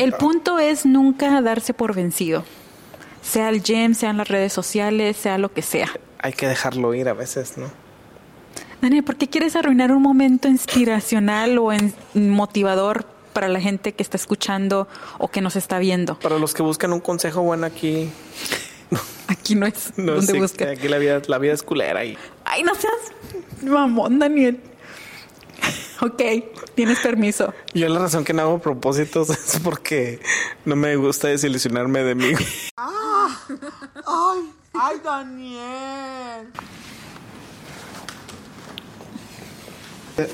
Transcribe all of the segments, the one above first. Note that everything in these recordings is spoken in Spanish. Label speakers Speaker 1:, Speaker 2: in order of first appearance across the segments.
Speaker 1: El
Speaker 2: Ah.
Speaker 1: punto es nunca darse por vencido. Sea el gym, sean las redes sociales, sea lo que sea.
Speaker 2: Hay que dejarlo ir a veces, ¿no?
Speaker 1: Daniel, ¿por qué quieres arruinar un momento inspiracional o en- motivador para la gente que está escuchando o que nos está viendo?
Speaker 2: Para los que buscan un consejo bueno aquí,
Speaker 1: Aquí no es
Speaker 2: no
Speaker 1: donde
Speaker 2: sé,
Speaker 1: busca.
Speaker 2: aquí la vida, la vida es culera y
Speaker 1: Ay, no seas mamón, Daniel. ok, tienes permiso.
Speaker 2: yo la razón que no hago propósitos es porque no me gusta desilusionarme de mí.
Speaker 3: Ah, ¡Ay, Daniel!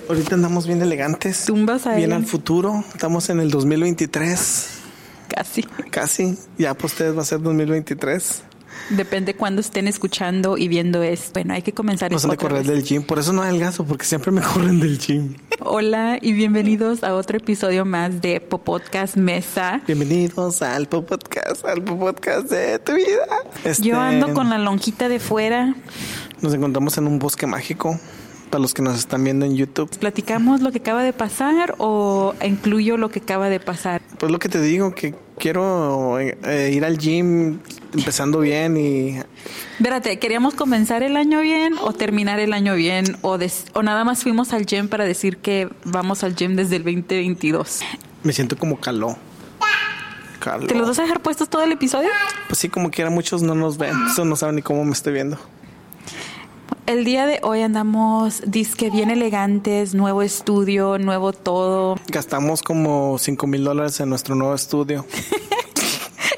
Speaker 2: Ahorita andamos bien elegantes.
Speaker 1: Tumbas a
Speaker 2: Bien
Speaker 1: Ellen.
Speaker 2: al futuro. Estamos en el 2023.
Speaker 1: Casi.
Speaker 2: Casi. Ya pues ustedes va a ser 2023.
Speaker 1: Depende cuándo estén escuchando y viendo esto. Bueno, hay que comenzar.
Speaker 2: Nos han de
Speaker 1: otra
Speaker 2: correr
Speaker 1: vez.
Speaker 2: del gym. Por eso no adelgazo, porque siempre me corren del gym.
Speaker 1: Hola y bienvenidos a otro episodio más de Popodcast Mesa.
Speaker 2: Bienvenidos al Pop Podcast, al Pop Podcast de tu vida. Este,
Speaker 1: Yo ando con la lonjita de fuera.
Speaker 2: Nos encontramos en un bosque mágico. Para los que nos están viendo en YouTube.
Speaker 1: ¿Platicamos lo que acaba de pasar o incluyo lo que acaba de pasar?
Speaker 2: Pues lo que te digo, que quiero eh, ir al gym empezando bien y
Speaker 1: Espérate, ¿queríamos comenzar el año bien o terminar el año bien? ¿O, des- o nada más fuimos al gym para decir que vamos al gym desde el 2022?
Speaker 2: me siento como caló. Caló.
Speaker 1: ¿Te los vas a dejar puestos todo el episodio?
Speaker 2: Pues sí, como quiera, muchos no nos ven. Eso no saben ni cómo me estoy viendo.
Speaker 1: El día de hoy andamos disque bien elegantes, nuevo estudio, nuevo todo.
Speaker 2: Gastamos como 5 mil dólares en nuestro nuevo estudio.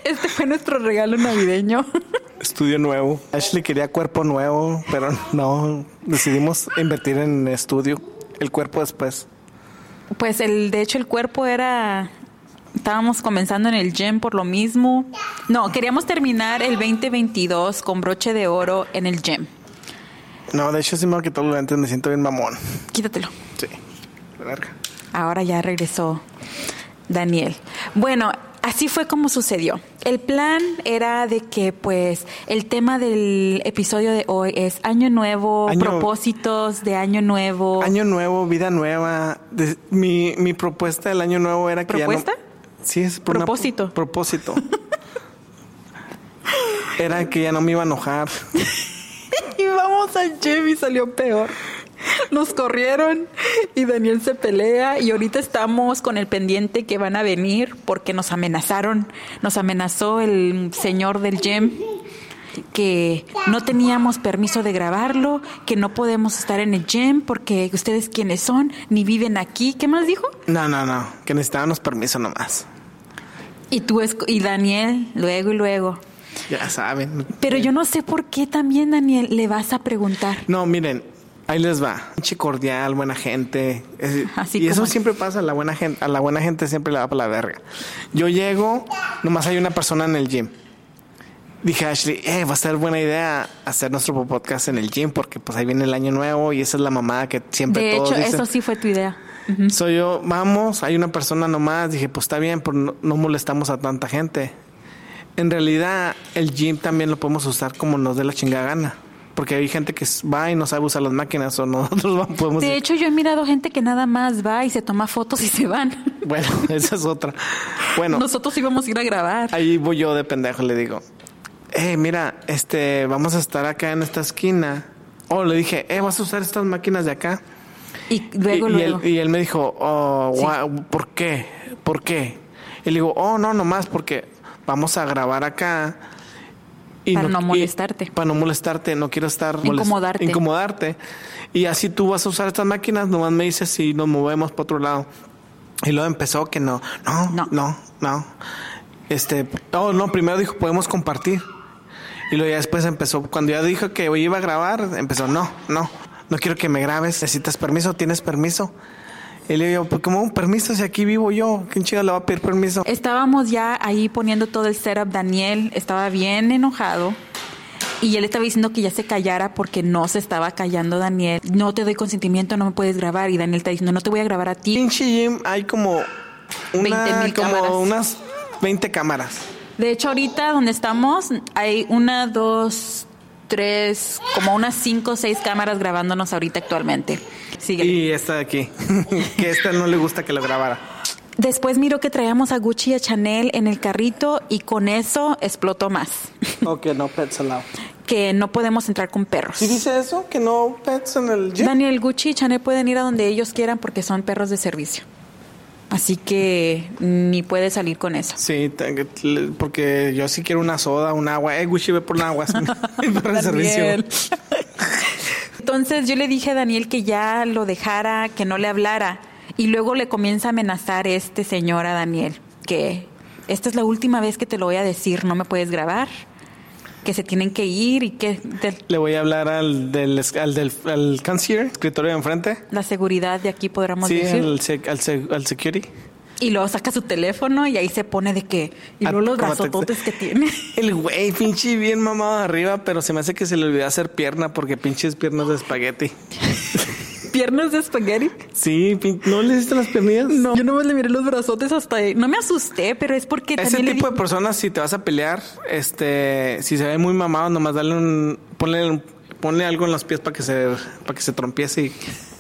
Speaker 1: Este fue nuestro regalo navideño.
Speaker 2: Estudio nuevo. Ashley quería cuerpo nuevo, pero no. Decidimos invertir en estudio. El cuerpo después.
Speaker 1: Pues el, de hecho el cuerpo era, estábamos comenzando en el gym por lo mismo. No, queríamos terminar el 2022 con broche de oro en el gym.
Speaker 2: No, de hecho, sí me quitó los lentes. Me siento bien mamón.
Speaker 1: Quítatelo.
Speaker 2: Sí. La verga.
Speaker 1: Ahora ya regresó Daniel. Bueno, así fue como sucedió. El plan era de que, pues, el tema del episodio de hoy es Año Nuevo,
Speaker 2: Año-
Speaker 1: propósitos de Año Nuevo.
Speaker 2: Año nuevo, vida nueva. De- mi, mi propuesta del año nuevo era que
Speaker 1: ¿Propuesta?
Speaker 2: ya no. Sí, es por una-
Speaker 1: Propósito.
Speaker 2: propósito. era que ya no me iba a enojar.
Speaker 1: Y vamos al gym y salió peor. Nos corrieron y Daniel se pelea y ahorita estamos con el pendiente que van a venir porque nos amenazaron. Nos amenazó el señor del gym que no teníamos permiso de grabarlo, que no podemos estar en el gym porque ustedes quiénes son, ni viven aquí. ¿Qué más dijo?
Speaker 2: No, no, no. Que necesitábamos permiso nomás.
Speaker 1: Y tú es- y Daniel, luego y luego.
Speaker 2: Ya saben.
Speaker 1: Pero yo no sé por qué también, Daniel, le vas a preguntar.
Speaker 2: No, miren, ahí les va. Pinche cordial, buena gente. Es-
Speaker 1: Así
Speaker 2: y eso
Speaker 1: como-
Speaker 2: siempre pasa, a la buena gente, a la buena gente siempre le va para la verga. Yo llego, nomás hay una persona en el gym. Dije a Ashley, eh, va a ser buena idea hacer nuestro podcast en el gym porque pues ahí viene el año nuevo y esa es la mamada que siempre
Speaker 1: De
Speaker 2: todos
Speaker 1: hecho,
Speaker 2: dicen.
Speaker 1: eso sí fue tu idea.
Speaker 2: Soy yo, vamos, hay una persona nomás. Dije, pues está bien, pero no, no molestamos a tanta gente. En realidad, el gym también lo podemos usar como nos dé la chingada gana. Porque hay gente que s- va y no sabe usar las máquinas o nosotros vamos- podemos...
Speaker 1: De
Speaker 2: ir.
Speaker 1: hecho, yo he mirado gente que nada más va y se toma fotos y se van.
Speaker 2: Bueno, esa es otra. Bueno,
Speaker 1: Nosotros íbamos a ir a grabar.
Speaker 2: ahí voy yo de pendejo, le digo. Eh, mira, este, vamos a estar acá en esta esquina. O le dije, eh, vas a usar estas máquinas de acá.
Speaker 1: Y luego,
Speaker 2: y, y
Speaker 1: luego.
Speaker 2: Él, y él me dijo, oh,
Speaker 1: Sí.
Speaker 2: guau, ¿por qué? ¿Por qué? Y le digo, oh, no, nomás porque vamos a grabar acá. y
Speaker 1: Para no
Speaker 2: y-
Speaker 1: molestarte.
Speaker 2: para no molestarte, no quiero estar... molest-
Speaker 1: Incomodarte.
Speaker 2: Incomodarte. Y así tú vas a usar estas máquinas, nomás me dices si nos movemos para otro lado. Y luego empezó que no, no,
Speaker 1: No.
Speaker 2: no, no. Este, oh, no, primero dijo, podemos compartir. Y luego ya después empezó, cuando ya dijo que hoy iba a grabar, empezó, no, no, no quiero que me grabes, necesitas permiso, tienes permiso. Y le digo, pues como un permiso, si aquí vivo yo, ¿quién chido le va a pedir permiso?
Speaker 1: Estábamos ya ahí poniendo todo el setup. Daniel estaba bien enojado. Y él estaba diciendo que ya se callara porque no se estaba callando Daniel. No te doy consentimiento, no me puedes grabar. Y Daniel está diciendo, no te voy a grabar a ti.
Speaker 2: Pinche gym, hay como, una,
Speaker 1: 20,000
Speaker 2: como
Speaker 1: cámaras.
Speaker 2: unas 20 cámaras.
Speaker 1: De hecho, ahorita donde estamos hay una, dos, tres, como unas cinco o seis cámaras grabándonos ahorita actualmente. Sigue.
Speaker 2: Y esta de aquí, que esta no le gusta que lo grabara.
Speaker 1: Después miró que traíamos a Gucci y a Chanel en el carrito y con eso explotó más.
Speaker 2: Ok, no pets allowed.
Speaker 1: Que no podemos entrar con perros.
Speaker 2: ¿Sí dice eso? ¿Que no pets en el jeep?
Speaker 1: Daniel, Gucci y Chanel pueden ir a donde ellos quieran porque son perros de servicio. Así que ni puede salir con eso.
Speaker 2: Sí, te- le- porque yo sí quiero una soda, un agua. Eh, Gucci, ve por un agua. Para el servicio.
Speaker 1: Daniel. Entonces yo le dije a Daniel que ya lo dejara, que no le hablara. Y luego le comienza a amenazar este señor a Daniel, que esta es la última vez que te lo voy a decir, no me puedes grabar, que se tienen que ir y que de
Speaker 2: Le voy a hablar al del, al del al concierge, escritorio de enfrente.
Speaker 1: la seguridad de aquí podríamos
Speaker 2: Sí,
Speaker 1: decir.
Speaker 2: al, sec- al, sec- al security.
Speaker 1: Y luego saca su teléfono y ahí se pone de que... Y
Speaker 2: Ah,
Speaker 1: luego los
Speaker 2: como te-
Speaker 1: brazototes que tiene.
Speaker 2: El güey, pinche bien mamado de arriba, pero se me hace que se le olvidó hacer pierna porque pinches piernas de espagueti.
Speaker 1: Piernas de espagueti.
Speaker 2: Sí, pin- ¿no le hiciste las piernillas?
Speaker 1: No, yo nomás le miré los brazotes hasta... ahí. No me asusté, pero es porque
Speaker 2: Ese
Speaker 1: también le
Speaker 2: tipo
Speaker 1: di-
Speaker 2: de personas, si te vas a pelear, este, si se ve muy mamado, nomás dale un, ponle, un- ponle algo en los pies para que se, para que se trompiece y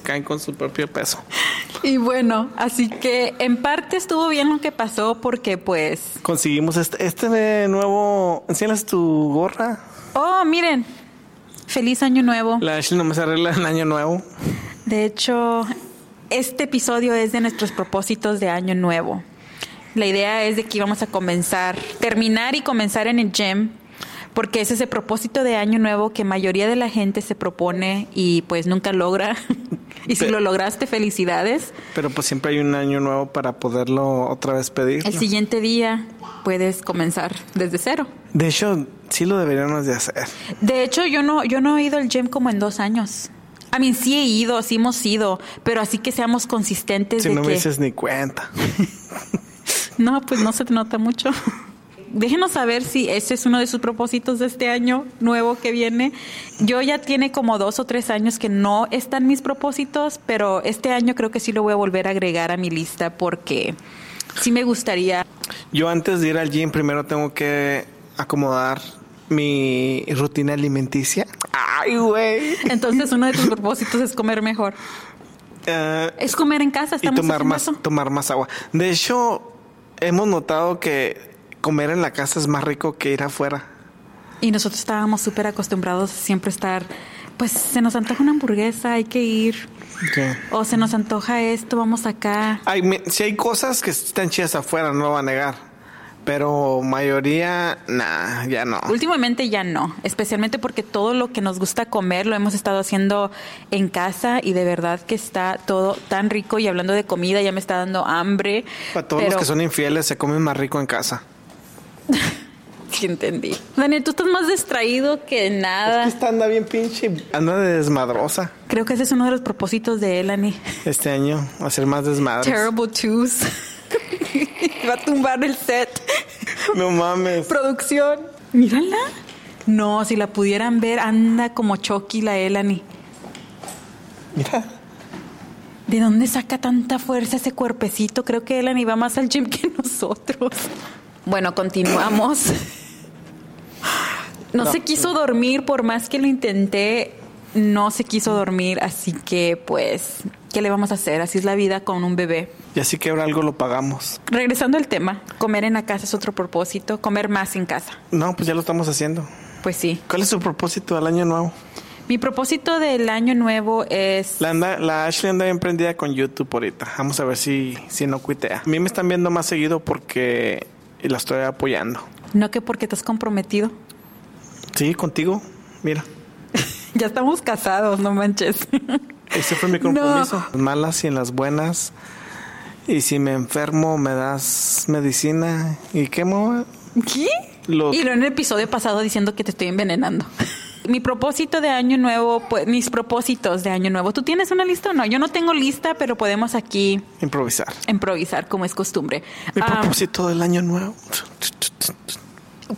Speaker 2: caen con su propio peso.
Speaker 1: Y bueno, así que en parte estuvo bien lo que pasó porque pues...
Speaker 2: Conseguimos este, este de nuevo, enciendas tu gorra.
Speaker 1: Oh, miren, feliz año nuevo.
Speaker 2: La Ashley nomás arregla en año nuevo.
Speaker 1: De hecho, este episodio es de nuestros propósitos de año nuevo. La idea es de que íbamos a comenzar, terminar y comenzar en el gym, porque ese es el propósito de año nuevo que mayoría de la gente se propone y pues nunca logra. y si
Speaker 2: Pe-
Speaker 1: lo lograste, felicidades.
Speaker 2: Pero pues siempre hay un año nuevo para poderlo otra vez pedir.
Speaker 1: El siguiente día puedes comenzar desde cero.
Speaker 2: De hecho, sí lo deberíamos de hacer.
Speaker 1: De hecho, yo no, yo no he ido al gym como en dos años. A mí sí he ido, sí hemos ido, pero así que seamos consistentes
Speaker 2: Si
Speaker 1: de
Speaker 2: no me
Speaker 1: que-
Speaker 2: dices ni cuenta.
Speaker 1: No, pues no se te nota mucho. Déjenos saber si ese es uno de sus propósitos de este año nuevo que viene. Yo ya tiene como dos o tres años que no están mis propósitos, pero este año creo que sí lo voy a volver a agregar a mi lista porque sí me gustaría.
Speaker 2: Yo antes de ir al gym primero tengo que acomodar mi rutina alimenticia. Ay, güey.
Speaker 1: Entonces uno de tus propósitos es comer mejor.
Speaker 2: Eh,
Speaker 1: Es comer en casa,
Speaker 2: y
Speaker 1: estamos
Speaker 2: tomar
Speaker 1: haciendo
Speaker 2: más,
Speaker 1: eso.
Speaker 2: tomar más agua. De hecho, hemos notado que comer en la casa es más rico que ir afuera.
Speaker 1: Y nosotros estábamos súper acostumbrados a siempre estar, pues se nos antoja una hamburguesa, hay que ir. O se nos antoja esto, vamos acá.
Speaker 2: Ay, me- si hay cosas que están chidas afuera, no lo va a negar. Pero mayoría, nah, ya no.
Speaker 1: Últimamente ya no, especialmente porque todo lo que nos gusta comer lo hemos estado haciendo en casa y de verdad que está todo tan rico y hablando de comida ya me está dando hambre.
Speaker 2: Para todos los
Speaker 1: pero-
Speaker 2: que son infieles, se comen más rico en casa.
Speaker 1: Sí, entendí. Daniel, tú estás más distraído que nada.
Speaker 2: Es que esta anda bien pinche. Anda de desmadrosa
Speaker 1: Creo que ese es uno de los propósitos de Elani.
Speaker 2: este año. Hacer más desmadres.
Speaker 1: Terrible twos. Va a tumbar el set.
Speaker 2: No mames.
Speaker 1: Producción. Mírala. No, si la pudieran ver, anda como Chucky la Elani.
Speaker 2: Mira.
Speaker 1: ¿De dónde saca tanta fuerza ese cuerpecito? Creo que Elani va más al gym que nosotros. Bueno, continuamos. No, se quiso dormir, por más que lo intenté, no se quiso dormir, así que pues, ¿qué le vamos a hacer? Así es la vida con un bebé.
Speaker 2: Y así que ahora algo lo pagamos.
Speaker 1: Regresando al tema, comer en la casa es otro propósito, comer más en casa.
Speaker 2: No, pues ya lo estamos haciendo.
Speaker 1: Pues sí.
Speaker 2: ¿Cuál es su propósito al año nuevo?
Speaker 1: Mi propósito del año nuevo es...
Speaker 2: La, anda- la Ashley anda bien prendida con YouTube ahorita. Vamos a ver si, si no cuitea. A mí me están viendo más seguido porque la estoy apoyando.
Speaker 1: No que porque estás comprometido.
Speaker 2: Sí, contigo. Mira,
Speaker 1: Ya estamos casados, no manches.
Speaker 2: ese fue mi
Speaker 1: No.
Speaker 2: compromiso. En las malas y en las buenas. Y si me enfermo, me das medicina. ¿Y qué mo-
Speaker 1: ¿Qué?
Speaker 2: Lo-
Speaker 1: Y lo en el episodio pasado diciendo que te estoy envenenando. Mi propósito de año nuevo, pues, mis propósitos de año nuevo. ¿Tú tienes una lista o no? Yo no tengo lista, pero podemos aquí
Speaker 2: Improvisar.
Speaker 1: improvisar como es costumbre.
Speaker 2: Mi
Speaker 1: Ah,
Speaker 2: propósito del año nuevo.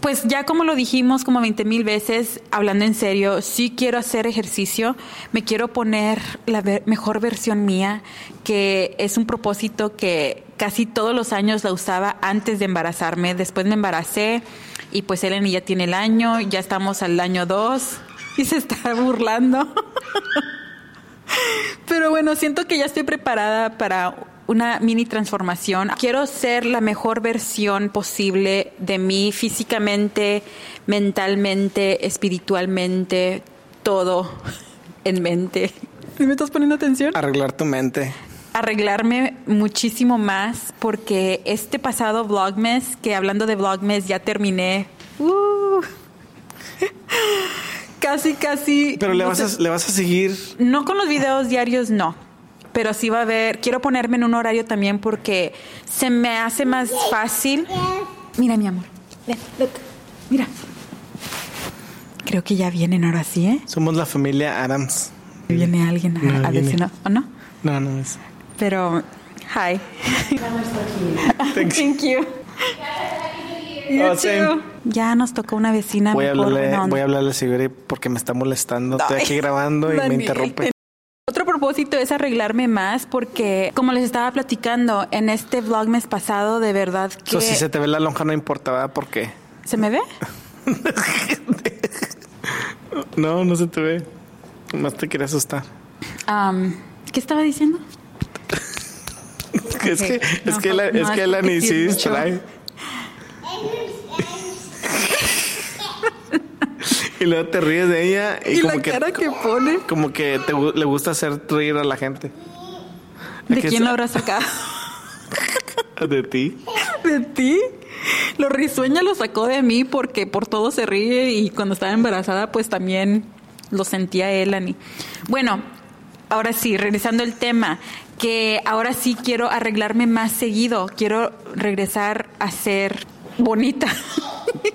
Speaker 1: pues ya como lo dijimos como 20 mil veces, hablando en serio, sí quiero hacer ejercicio, me quiero poner la ver- mejor versión mía, que es un propósito que casi todos los años la usaba antes de embarazarme, después me embaracé y pues Ellen ya tiene el año, ya estamos al año 2 y se está burlando. Pero bueno, siento que ya estoy preparada para una mini transformación. Quiero ser la mejor versión posible de mí físicamente, mentalmente, espiritualmente, todo en mente. ¿Sí ¿Me estás poniendo atención?
Speaker 2: Arreglar tu mente.
Speaker 1: arreglarme muchísimo más porque este pasado Vlogmas, que hablando de Vlogmas ya terminé. ¡uh! casi, casi.
Speaker 2: Pero le
Speaker 1: no
Speaker 2: vas,
Speaker 1: sé-
Speaker 2: a, le vas a seguir.
Speaker 1: No con los videos diarios, no. Pero sí va a haber. Quiero ponerme en un horario también porque se me hace más fácil. Mira, mi amor. Ven, look. Mira. Creo que ya vienen ahora sí, ¿eh?
Speaker 2: Somos la familia Adams.
Speaker 1: Viene alguien a,
Speaker 2: No,
Speaker 1: a
Speaker 2: viene.
Speaker 1: decirnos, ¿o no?
Speaker 2: No, no es.
Speaker 1: Pero, hi.
Speaker 2: Thanks.
Speaker 1: Thank you. You
Speaker 2: Oh, same.
Speaker 1: too. Ya nos tocó una vecina.
Speaker 2: Voy a
Speaker 1: mejor
Speaker 2: hablarle,
Speaker 1: buena onda.
Speaker 2: voy a hablarle a Siguri porque me está molestando. Estoy
Speaker 1: Ay,
Speaker 2: aquí grabando y
Speaker 1: Daniel.
Speaker 2: me interrumpe.
Speaker 1: Otro propósito es arreglarme más porque, como les estaba platicando, en este vlog mes pasado, de verdad que...
Speaker 2: So, si se te ve la lonja, no importa, ¿verdad? Porque.
Speaker 1: ¿Se me ve?
Speaker 2: No, no se te ve. Más te quería asustar.
Speaker 1: Am, ¿Qué estaba diciendo?
Speaker 2: Es que, es
Speaker 1: no,
Speaker 2: que, la,
Speaker 1: no,
Speaker 2: es que
Speaker 1: es
Speaker 2: la
Speaker 1: porque
Speaker 2: ni
Speaker 1: sí
Speaker 2: se
Speaker 1: es mucho.
Speaker 2: distrae. Y luego te ríes de ella y, como que
Speaker 1: que pone.
Speaker 2: como que te gu- le gusta hacer reír a la gente.
Speaker 1: ¿De
Speaker 2: que
Speaker 1: quién
Speaker 2: se-
Speaker 1: lo habrá sacado?
Speaker 2: De ti.
Speaker 1: ¿De ti? Lo risueña lo sacó de mí porque por todo se ríe y cuando estaba embarazada pues también lo sentía él, Ani. Bueno, ahora sí, regresando al tema, que ahora sí quiero arreglarme más seguido, quiero regresar a ser bonita.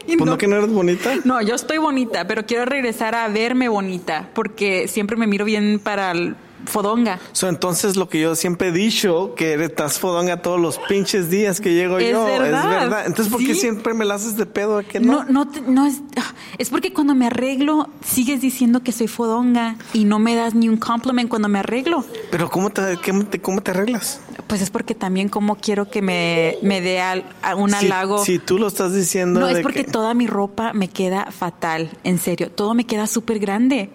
Speaker 1: Y
Speaker 2: Pues no
Speaker 1: no-
Speaker 2: que no eres bonita.
Speaker 1: no, yo estoy bonita, pero quiero regresar a verme bonita porque siempre me miro bien para el fodonga.
Speaker 2: So, entonces lo que yo siempre he dicho, que eres- estás fodonga todos los pinches días que llego
Speaker 1: Es
Speaker 2: yo,
Speaker 1: verdad.
Speaker 2: es verdad. Entonces, ¿por qué
Speaker 1: Sí.
Speaker 2: siempre me la haces de pedo? ¿A que
Speaker 1: No,
Speaker 2: no?
Speaker 1: no, te- no es, ah, es porque cuando me arreglo sigues diciendo que soy fodonga y no me das ni un compliment cuando me arreglo.
Speaker 2: Pero ¿cómo te, cómo te, cómo te arreglas?
Speaker 1: Pues es porque también como quiero que me, me dé al- a un
Speaker 2: Si-
Speaker 1: halago.
Speaker 2: Si, tú lo estás diciendo.
Speaker 1: no, es
Speaker 2: de
Speaker 1: porque
Speaker 2: que-
Speaker 1: toda mi ropa me queda fatal, en serio, todo me queda súper grande.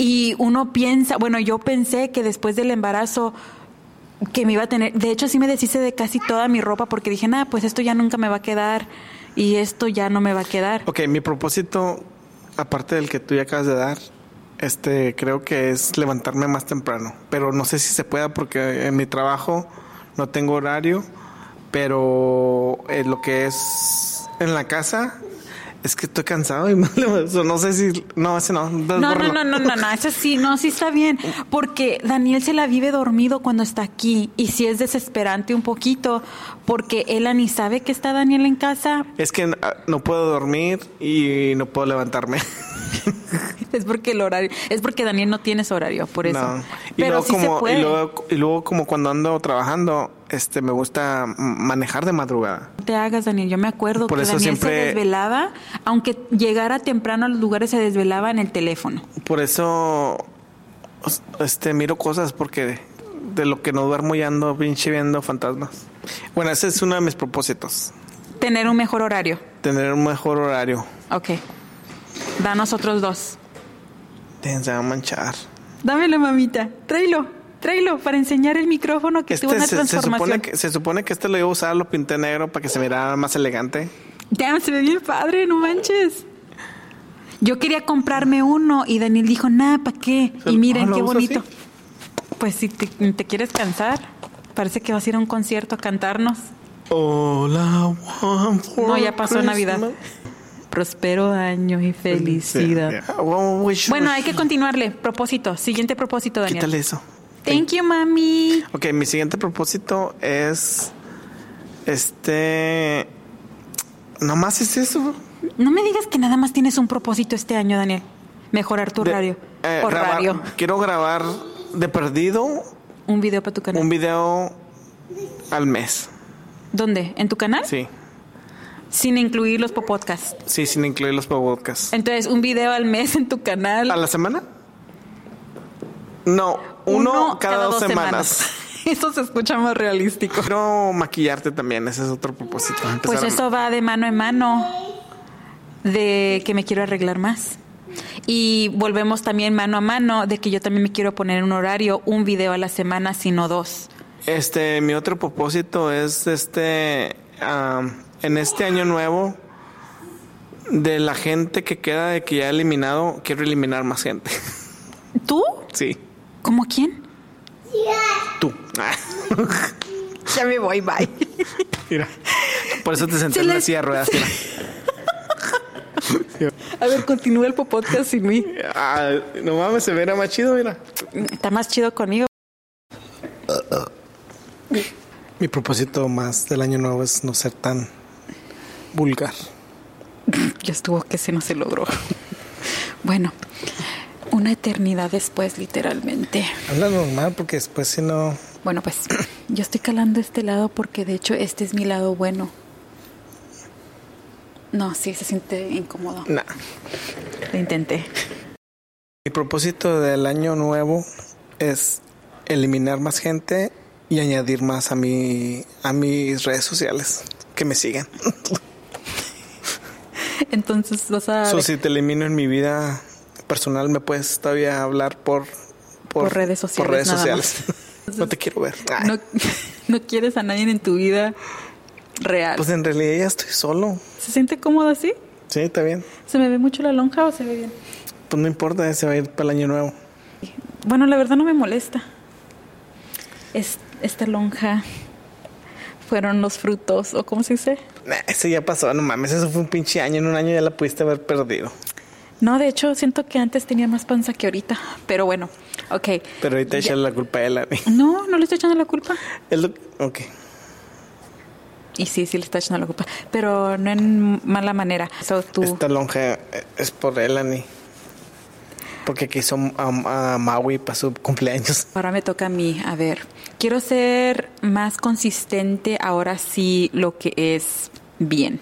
Speaker 1: Y uno piensa, bueno, yo pensé que después del embarazo que me iba a tener, de hecho sí me deshice de casi toda mi ropa porque dije, nada, pues esto ya nunca me va a quedar y esto ya no me va a quedar.
Speaker 2: Ok, mi propósito, aparte del que tú ya acabas de dar, este, creo que es levantarme más temprano. Pero no sé si se pueda porque en mi trabajo no tengo horario. Pero eh, lo que es en la casa es que estoy cansado y más le- so, no sé si. No, ese no. entonces
Speaker 1: No, no,
Speaker 2: bórralo.
Speaker 1: no, no, no, no, eso sí, no, sí está bien, porque Daniel se la vive dormido cuando está aquí y sí es desesperante un poquito, porque él ni sabe que está Daniel en casa,
Speaker 2: Es que ah, no puedo dormir y no puedo levantarme.
Speaker 1: es porque el horario, es porque Daniel no tiene su horario, por eso.
Speaker 2: No. Y,
Speaker 1: Pero
Speaker 2: luego
Speaker 1: sí se
Speaker 2: como,
Speaker 1: puede.
Speaker 2: y, luego, y luego como cuando ando trabajando, este me gusta mm, manejar de madrugada.
Speaker 1: No te hagas, Daniel. Yo me acuerdo
Speaker 2: Por
Speaker 1: que
Speaker 2: eso
Speaker 1: Daniel se
Speaker 2: siempre-
Speaker 1: desvelaba, aunque llegara temprano a los lugares, se desvelaba en el teléfono.
Speaker 2: Por eso os- este miro cosas porque de lo que no duermo ya ando pinche viendo fantasmas. Bueno, ese es uno de mis propósitos,
Speaker 1: Tener un mejor horario.
Speaker 2: tener un mejor horario.
Speaker 1: Ok. Danos otros dos.
Speaker 2: Ten, Se va a manchar.
Speaker 1: Dámelo, mamita. Tráelo, tráelo para enseñar el micrófono que tuvo
Speaker 2: Este
Speaker 1: una
Speaker 2: se, se supone
Speaker 1: transformación.
Speaker 2: que se supone que este lo iba a usar, lo pinté negro para que se mirara más elegante.
Speaker 1: Damn, se ve bien padre, no manches. Yo quería comprarme uno y Daniel dijo, nada, ¿para qué?
Speaker 2: Se-
Speaker 1: y miren
Speaker 2: ah, ¿lo
Speaker 1: qué
Speaker 2: usa
Speaker 1: bonito.
Speaker 2: así?
Speaker 1: Pues si te, te quieres cansar, parece que vas a ir a un concierto a cantarnos.
Speaker 2: All I want for
Speaker 1: No, ya pasó Navidad.
Speaker 2: Christmas.
Speaker 1: Prospero año y felicidad.
Speaker 2: Yeah, yeah. Well, we should-
Speaker 1: Bueno, hay que continuarle. Propósito, siguiente propósito, Daniel.
Speaker 2: Quítale eso.
Speaker 1: Thank you, mami.
Speaker 2: Ok, mi siguiente propósito es. Este. Nomás es eso.
Speaker 1: No me digas que nada más tienes un propósito este año, Daniel. Mejorar tu
Speaker 2: De-
Speaker 1: horario.
Speaker 2: eh, grabar-
Speaker 1: horario.
Speaker 2: Quiero grabar de perdido
Speaker 1: Un video para tu canal.
Speaker 2: un video al mes.
Speaker 1: ¿Dónde? ¿En tu canal?
Speaker 2: Sí.
Speaker 1: Sin incluir los podcasts.
Speaker 2: Sí, sin incluir los podcasts.
Speaker 1: Entonces, un video al mes en tu canal.
Speaker 2: ¿A la semana? No, uno, cada, dos, semanas.
Speaker 1: Eso se escucha más realístico.
Speaker 2: Quiero maquillarte también, ese es otro propósito.
Speaker 1: Pues
Speaker 2: empezar a-
Speaker 1: eso va de mano en mano de que me quiero arreglar más. Y volvemos también mano a mano de que yo también me quiero poner en un horario, un video a la semana, sino dos.
Speaker 2: Este, mi otro propósito es este, am, en este año nuevo, de la gente que queda de que ya he eliminado, quiero eliminar más gente.
Speaker 1: ¿Tú?
Speaker 2: Sí,
Speaker 1: ¿Cómo quién?
Speaker 2: tú. Ah,
Speaker 1: Ya me voy, bye.
Speaker 2: mira. Por eso te senté
Speaker 1: Se
Speaker 2: en la
Speaker 1: les-
Speaker 2: silla de ruedas. mira.
Speaker 1: A ver, continúa el podcast sin mí.
Speaker 2: Ah, no mames, se verá más chido, mira.
Speaker 1: Está más chido conmigo.
Speaker 2: Mi propósito más del año nuevo es no ser tan vulgar.
Speaker 1: Ya estuvo que se no se logró. Bueno, una eternidad después, literalmente.
Speaker 2: Habla normal porque después si no...
Speaker 1: Bueno, pues yo estoy calando este lado porque de hecho este es mi lado bueno. No, sí, se siente incómodo.
Speaker 2: Nah.
Speaker 1: Lo intenté.
Speaker 2: Mi propósito del año nuevo es eliminar más gente y añadir más a mi a mis redes sociales que me sigan.
Speaker 1: Entonces vas a...
Speaker 2: So, si te elimino en mi vida personal, me puedes todavía hablar por
Speaker 1: Por redes sociales,
Speaker 2: Por redes
Speaker 1: nada
Speaker 2: sociales. no te quiero ver. Ay,
Speaker 1: no, no quieres a nadie en tu vida real.
Speaker 2: Pues en realidad ya estoy solo.
Speaker 1: ¿Se siente cómodo así?
Speaker 2: Sí, está bien.
Speaker 1: ¿Se me ve mucho la lonja o se ve bien?
Speaker 2: Pues no importa, se va a ir para el año nuevo.
Speaker 1: Bueno, la verdad no me molesta. Es, esta lonja fueron los frutos, o cómo se dice.
Speaker 2: Nah, ese ya pasó, no mames, eso fue un pinche año, en un año ya la pudiste haber perdido.
Speaker 1: No, de hecho, siento que antes tenía más panza que ahorita. Pero bueno, ok.
Speaker 2: Pero
Speaker 1: Ya-
Speaker 2: ahorita echarle la culpa a él a mí.
Speaker 1: No, no le estoy echando la culpa.
Speaker 2: Es lo- ok.
Speaker 1: Y sí, sí le está echando la culpa. Pero no en mala manera. So, tú,
Speaker 2: Esta lonja eh, es por Elani. Porque quiso a, a Maui para su cumpleaños.
Speaker 1: Ahora me toca a mí. A ver, quiero ser más consistente ahora sí lo que es bien.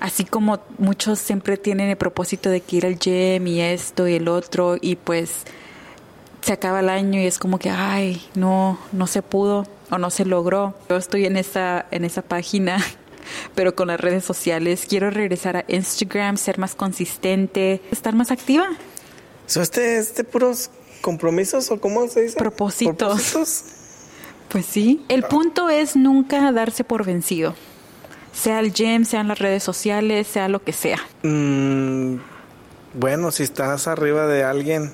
Speaker 1: Así como muchos siempre tienen el propósito de que ir al gym y esto y el otro y pues se acaba el año y es como que ay, no no se pudo o no se logró. Yo estoy en esa en esa página, pero con las redes sociales quiero regresar a Instagram, ser más consistente, estar más activa.
Speaker 2: ¿So este, este puros compromisos o cómo se dice?
Speaker 1: Propósitos.
Speaker 2: Propósitos.
Speaker 1: Pues sí. El punto es nunca darse por vencido. Sea el gym, sean las redes sociales, sea lo que sea.
Speaker 2: Mm, bueno, si estás arriba de alguien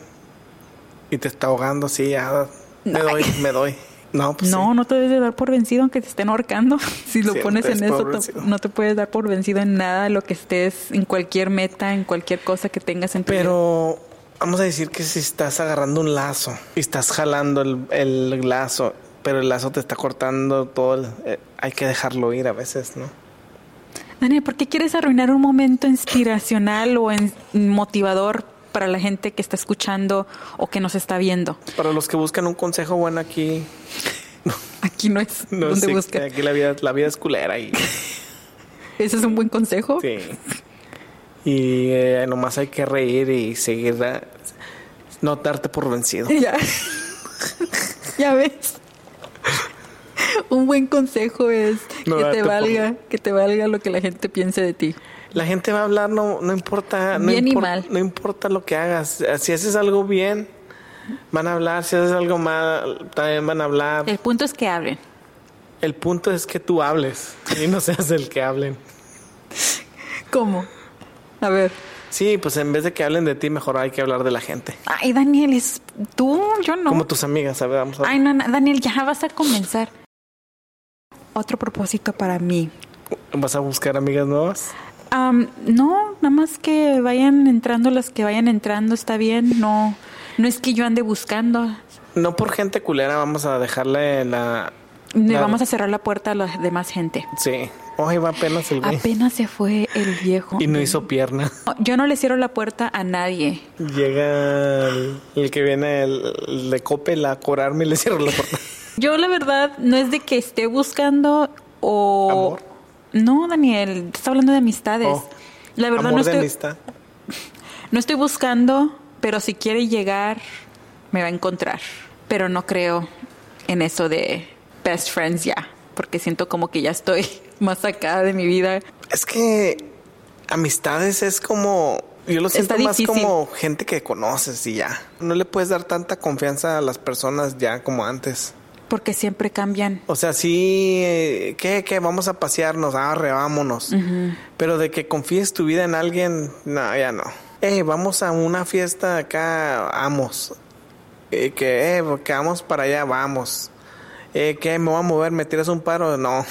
Speaker 2: y te está ahogando, sí, ya. Me doy, me doy. No, pues
Speaker 1: no,
Speaker 2: sí.
Speaker 1: no te debes de dar por vencido aunque te estén ahorcando. Si lo
Speaker 2: Sí, no
Speaker 1: pones
Speaker 2: te
Speaker 1: en
Speaker 2: des
Speaker 1: eso,
Speaker 2: por
Speaker 1: to-
Speaker 2: vencido.
Speaker 1: no te puedes dar por vencido en nada de lo que estés, en cualquier meta, en cualquier cosa que tengas en tu vida.
Speaker 2: Pero vamos a decir que si estás agarrando un lazo y estás jalando el, el lazo, pero el lazo te está cortando todo, el- eh, hay que dejarlo ir a veces, ¿no?
Speaker 1: Daniel, ¿por qué quieres arruinar un momento inspiracional o en- motivador para la gente que está escuchando o que nos está viendo?
Speaker 2: Para los que buscan un consejo bueno aquí,
Speaker 1: Aquí no es
Speaker 2: no
Speaker 1: donde
Speaker 2: sé,
Speaker 1: buscar.
Speaker 2: aquí la vida, la vida es culera y
Speaker 1: Ese es un buen consejo.
Speaker 2: sí. Y eh, nomás hay que reír y seguir, eh, no darte por vencido.
Speaker 1: Ya. ya ves. Un buen consejo es
Speaker 2: No
Speaker 1: que
Speaker 2: darte
Speaker 1: te
Speaker 2: por-
Speaker 1: valga, que te valga lo que la gente piense de ti.
Speaker 2: La gente va a hablar, no, no importa, no,
Speaker 1: Bien y
Speaker 2: impor-
Speaker 1: mal.
Speaker 2: no importa lo que hagas. Eh, Si haces algo bien, van a hablar. Si haces algo mal, también van a hablar.
Speaker 1: El punto es que hablen.
Speaker 2: El punto es que tú hables y no seas el que hablen.
Speaker 1: ¿Cómo? A ver.
Speaker 2: Sí, pues en vez de que hablen de ti, mejor hay que hablar de la gente.
Speaker 1: Ay, Daniel, es tú, yo no.
Speaker 2: Como tus amigas, ¿sabes? Vamos a
Speaker 1: Ay, no, no, Daniel, ya vas a comenzar. Otro propósito para mí.
Speaker 2: ¿Vas a buscar amigas nuevas?
Speaker 1: Am, no, nada más que vayan entrando las que vayan entrando, está bien. No, no es que yo ande buscando.
Speaker 2: No por gente culera vamos a dejarle la...
Speaker 1: Le
Speaker 2: la-
Speaker 1: vamos a cerrar la puerta a la demás gente.
Speaker 2: Sí. Hoy va apenas el güey.
Speaker 1: Apenas se fue el viejo.
Speaker 2: Y no hizo pierna.
Speaker 1: No, Yo no le cierro la puerta a nadie.
Speaker 2: Llega el, el que viene, el, el de Coppel, a cobrarme y le cierro la puerta.
Speaker 1: Yo la verdad no es de que esté buscando o...
Speaker 2: Amor.
Speaker 1: No, Daniel, está hablando de amistades.
Speaker 2: Oh.
Speaker 1: La verdad
Speaker 2: Amor
Speaker 1: no
Speaker 2: de
Speaker 1: estoy,
Speaker 2: amistad.
Speaker 1: no estoy buscando, pero si quiere llegar, me va a encontrar. Pero no creo en eso de best friends ya, porque siento como que ya estoy más sacada de mi vida.
Speaker 2: Es que amistades es como. Yo lo siento
Speaker 1: Está
Speaker 2: más
Speaker 1: difícil.
Speaker 2: como gente que conoces y ya. No le puedes dar tanta confianza a las personas ya como antes.
Speaker 1: Porque siempre cambian.
Speaker 2: O sea, sí, eh, ¿qué, qué? Vamos a pasearnos, arre, vámonos. Pero de que confíes tu vida en alguien, no, ya no. Eh, vamos a una fiesta acá, vamos. Eh, que, eh, que vamos para allá, vamos. Eh, ¿qué? ¿Me voy a mover? ¿Me tiras un paro? No.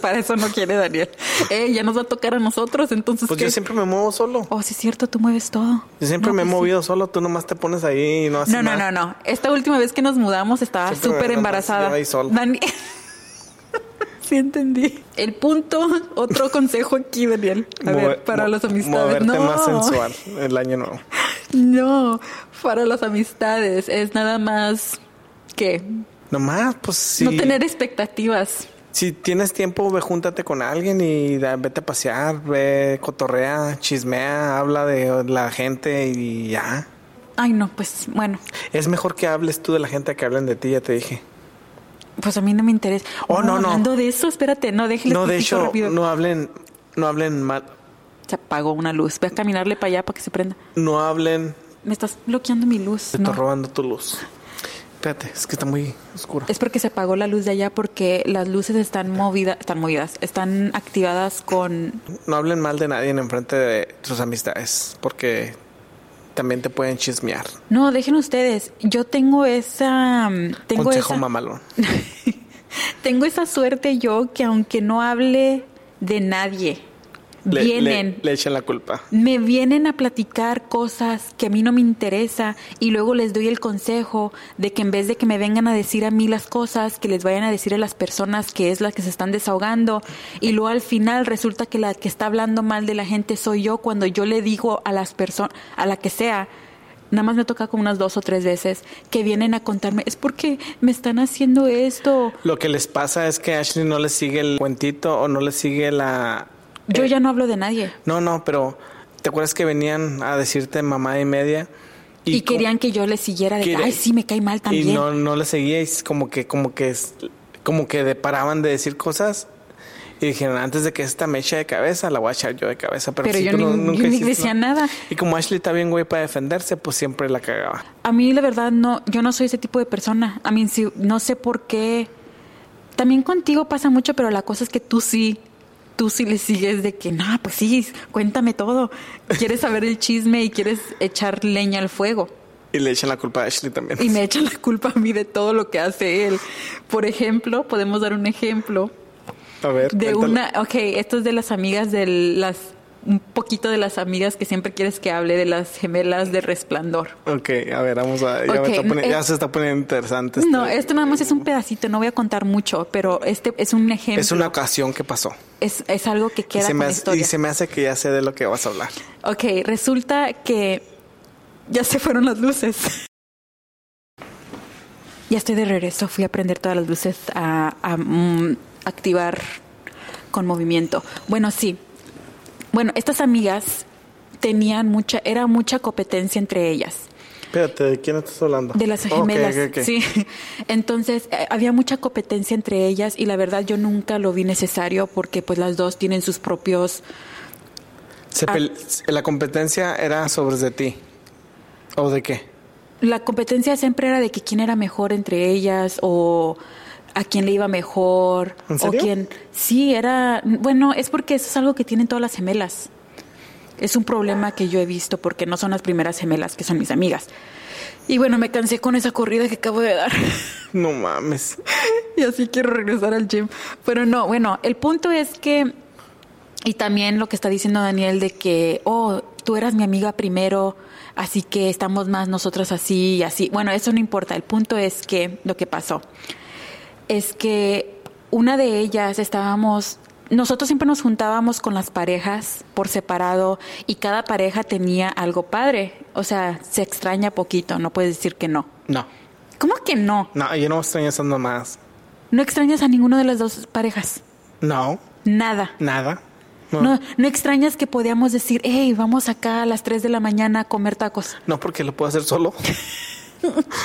Speaker 1: Para eso no quiere Daniel. Eh, ya nos va a tocar a nosotros, entonces.
Speaker 2: Pues
Speaker 1: ¿qué?
Speaker 2: yo siempre me muevo solo.
Speaker 1: Oh, sí, es cierto, tú mueves todo.
Speaker 2: Yo siempre
Speaker 1: No,
Speaker 2: me he
Speaker 1: pues sí.
Speaker 2: movido solo, tú nomás te pones ahí y no haces
Speaker 1: No, no, no,
Speaker 2: nada.
Speaker 1: no. Esta última vez que nos mudamos estaba
Speaker 2: Siempre me
Speaker 1: súper
Speaker 2: andan
Speaker 1: embarazada.
Speaker 2: paseando ahí solo.
Speaker 1: Dani- sí, entendí. El punto, otro consejo aquí, Daniel. A
Speaker 2: Mover-
Speaker 1: ver, para
Speaker 2: mo-
Speaker 1: las amistades.
Speaker 2: Moverte
Speaker 1: No,
Speaker 2: más sensual el año nuevo.
Speaker 1: no, para las amistades es nada más que
Speaker 2: Nomás, pues sí.
Speaker 1: no tener expectativas.
Speaker 2: Si tienes tiempo, ve, júntate con alguien y da- vete a pasear, ve, cotorrea, chismea, habla de la gente y ya.
Speaker 1: Ay, no, pues bueno,
Speaker 2: Es mejor que hables tú de la gente a que hablen de ti, ya te dije.
Speaker 1: pues a mí no me interesa.
Speaker 2: Oh, no, no.
Speaker 1: Hablando de eso, espérate, no, déjale.
Speaker 2: no, de
Speaker 1: platico
Speaker 2: hecho,
Speaker 1: rápido.
Speaker 2: no hablen, no hablen mal,
Speaker 1: Se apagó una luz. Voy a caminarle para allá para que se prenda.
Speaker 2: no hablen,
Speaker 1: Me estás bloqueando mi luz.
Speaker 2: te
Speaker 1: No.
Speaker 2: está robando tu luz. Espérate, es que está muy oscuro.
Speaker 1: Es porque se apagó la luz de allá porque las luces están movidas, están movidas, están activadas con...
Speaker 2: No hablen mal de nadie en enfrente de sus amistades, porque también te pueden chismear.
Speaker 1: No, dejen ustedes. Yo tengo esa... mm, Tengo
Speaker 2: Consejo
Speaker 1: esa,
Speaker 2: mamalón.
Speaker 1: Tengo esa suerte yo que aunque no hable de nadie,
Speaker 2: Le,
Speaker 1: vienen...
Speaker 2: le- le echen la culpa.
Speaker 1: me vienen a platicar cosas que a mí no me interesa y luego les doy el consejo de que en vez de que me vengan a decir a mí las cosas, que les vayan a decir a las personas que es las que se están desahogando y luego al final resulta que la que está hablando mal de la gente soy yo cuando yo le digo a las personas, a la que sea, nada más me toca como unas dos o tres veces que vienen a contarme, es porque me están haciendo esto.
Speaker 2: Lo que les pasa es que Ashley no le sigue el cuentito o no le sigue la...
Speaker 1: Yo
Speaker 2: eh,
Speaker 1: ya no hablo de nadie.
Speaker 2: No, no, pero ¿te acuerdas que venían a decirte mamá y media?
Speaker 1: Y,
Speaker 2: co-
Speaker 1: querían que yo les siguiera de que,
Speaker 2: quiere-
Speaker 1: ay, sí, me cae mal también.
Speaker 2: Y no, no le seguía y es como que, como que, es- como que deparaban de decir cosas. Y dijeron, antes de que esta me eche de cabeza, la voy a echar yo de cabeza. Pero,
Speaker 1: Pero
Speaker 2: si
Speaker 1: yo
Speaker 2: tú
Speaker 1: ni-
Speaker 2: no-
Speaker 1: yo
Speaker 2: nunca
Speaker 1: ni
Speaker 2: hiciste
Speaker 1: decía nada.
Speaker 2: Y como Ashley está bien güey para defenderse, pues siempre la cagaba.
Speaker 1: A mí la verdad no, yo no soy ese tipo de persona. A mí sí, no sé por qué. También contigo pasa mucho, pero la cosa es que tú sí, tú sí le sigues de que, no, pues sí, cuéntame todo. Quieres saber el chisme y quieres echar leña al fuego.
Speaker 2: Y le echan la culpa a Ashley también.
Speaker 1: Y me echan la culpa a mí de todo lo que hace él. Por ejemplo, podemos dar un ejemplo
Speaker 2: a ver,
Speaker 1: de
Speaker 2: cuéntalo.
Speaker 1: una, ok, esto es de las amigas de las, un poquito de las amigas que siempre quieres que hable de las gemelas de resplandor.
Speaker 2: Ok, a ver, vamos a... Ya, me
Speaker 1: Ok,
Speaker 2: está poni-
Speaker 1: eh,
Speaker 2: ya se está poniendo interesante.
Speaker 1: No,
Speaker 2: este-
Speaker 1: esto nada más es un pedacito, no voy a contar mucho, pero este es un ejemplo.
Speaker 2: Es una ocasión que pasó.
Speaker 1: es, es algo que
Speaker 2: Y
Speaker 1: queda
Speaker 2: se,
Speaker 1: con
Speaker 2: me
Speaker 1: la
Speaker 2: hace, y
Speaker 1: historia.
Speaker 2: se me hace que ya sé de lo que vas a hablar.
Speaker 1: Ok, resulta que ya se fueron las luces. Ya estoy de regreso, fui a prender todas las luces a, a, mm, activar con movimiento. Bueno, sí. Bueno, estas amigas tenían mucha, era mucha competencia entre ellas.
Speaker 2: Espérate, ¿de quién estás hablando?
Speaker 1: De las
Speaker 2: Ok,
Speaker 1: gemelas,
Speaker 2: ok, ok.
Speaker 1: sí. Entonces, eh, había mucha competencia entre ellas y la verdad yo nunca lo vi necesario porque pues las dos tienen sus propios...
Speaker 2: Se
Speaker 1: Ah.
Speaker 2: pel- La competencia era sobre de ti. ¿O de qué?
Speaker 1: La competencia siempre era de que quién era mejor entre ellas o a quién le iba mejor
Speaker 2: ¿En serio?
Speaker 1: o quién... Sí, era... Bueno, es porque eso es algo que tienen todas las gemelas. Es un problema que yo he visto porque no son las primeras gemelas que son mis amigas. Y bueno, me cansé con esa corrida que acabo de dar.
Speaker 2: No mames.
Speaker 1: y así quiero regresar al gym. Pero no, bueno, el punto es que, y también lo que está diciendo Daniel de que, oh, tú eras mi amiga primero, así que estamos más nosotras así y así. Bueno, eso no importa, el punto es que lo que pasó es que una de ellas estábamos, nosotros siempre nos juntábamos con las parejas por separado y cada pareja tenía algo padre, o sea, se extraña poquito, no puedes decir que no.
Speaker 2: No.
Speaker 1: ¿Cómo que no?
Speaker 2: No, yo no extraño esas nomás.
Speaker 1: No extrañas a ninguna de las dos parejas.
Speaker 2: No,
Speaker 1: Nada.
Speaker 2: nada. No.
Speaker 1: No, no extrañas que podíamos decir, hey, vamos acá a las 3 de la mañana a comer tacos.
Speaker 2: No, porque lo puedo hacer solo.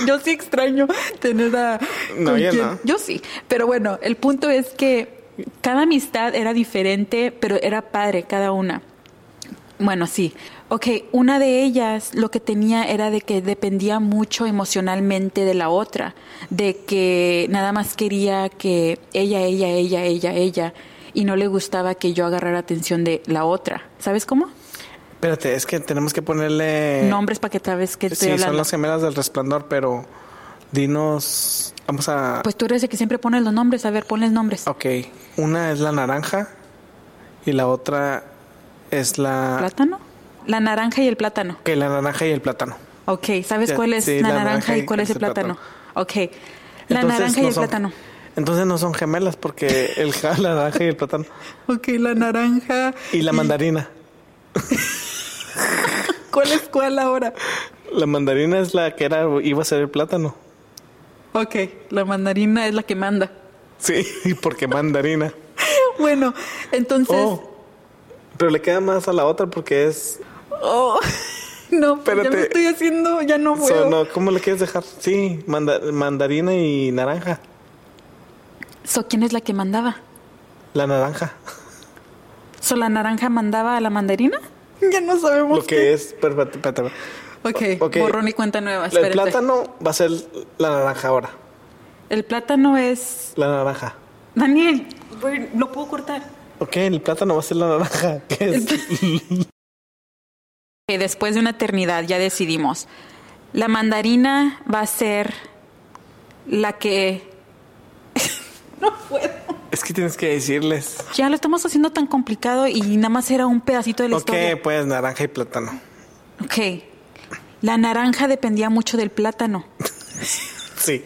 Speaker 1: Yo sí extraño tener a...
Speaker 2: No,
Speaker 1: con
Speaker 2: yo
Speaker 1: quien-
Speaker 2: no.
Speaker 1: Yo sí. Pero bueno, el punto es que cada amistad era diferente, pero era padre cada una. Bueno, sí. Ok, una de ellas lo que tenía era de que dependía mucho emocionalmente de la otra, de que nada más quería que ella, ella, ella, ella, ella, y no le gustaba que yo agarrara atención de la otra. ¿Sabes cómo?
Speaker 2: Espérate, es que tenemos que ponerle.
Speaker 1: Nombres para que sabes que estoy
Speaker 2: Eh, sí, son
Speaker 1: hablando.
Speaker 2: las gemelas del resplandor, pero dinos. Vamos a.
Speaker 1: Pues tú eres el que siempre pone los nombres. A ver, ponles nombres.
Speaker 2: Ok, una es la naranja y la otra es la.
Speaker 1: ¿Plátano? La naranja y el plátano.
Speaker 2: Ok, la naranja y el plátano.
Speaker 1: Ok, ¿sabes
Speaker 2: Ya,
Speaker 1: cuál es
Speaker 2: sí,
Speaker 1: la, naranja y cuál es el plátano? Ok, la
Speaker 2: Entonces,
Speaker 1: naranja y
Speaker 2: no
Speaker 1: el
Speaker 2: son-
Speaker 1: plátano.
Speaker 2: Entonces no son gemelas porque el ja- la naranja y el plátano.
Speaker 1: Ok, la naranja.
Speaker 2: Y la mandarina.
Speaker 1: ¿Cuál es cuál ahora?
Speaker 2: La mandarina es la que era iba a ser el plátano.
Speaker 1: Ok, la mandarina es la que manda.
Speaker 2: Sí, porque mandarina.
Speaker 1: Bueno, entonces...
Speaker 2: Oh, pero le queda más a la otra porque es.
Speaker 1: Oh, no, pues ya me
Speaker 2: Espérate.
Speaker 1: estoy haciendo, ya no puedo.
Speaker 2: so, no, ¿Cómo le quieres dejar? Sí, manda- mandarina y naranja.
Speaker 1: So, ¿Quién es la que mandaba?
Speaker 2: La naranja.
Speaker 1: So, ¿La naranja mandaba a la mandarina? Ya no sabemos
Speaker 2: Lo que es. espérate, espérate.
Speaker 1: Ok,
Speaker 2: Ok.
Speaker 1: borrón y cuenta nueva.
Speaker 2: El
Speaker 1: Ah, espérate.
Speaker 2: plátano va a ser la naranja ahora.
Speaker 1: El plátano es...
Speaker 2: La naranja.
Speaker 1: Daniel, lo puedo cortar.
Speaker 2: Ok, el plátano va a ser la naranja. ¿Qué es?
Speaker 1: que después de una eternidad ya decidimos. La mandarina va a ser la que... no puedo.
Speaker 2: es que tienes que decirles.
Speaker 1: Ya lo estamos haciendo tan complicado y nada más era un pedacito de la
Speaker 2: Ok,
Speaker 1: historia.
Speaker 2: pues naranja y plátano.
Speaker 1: Ok. La naranja dependía mucho del plátano,
Speaker 2: Sí.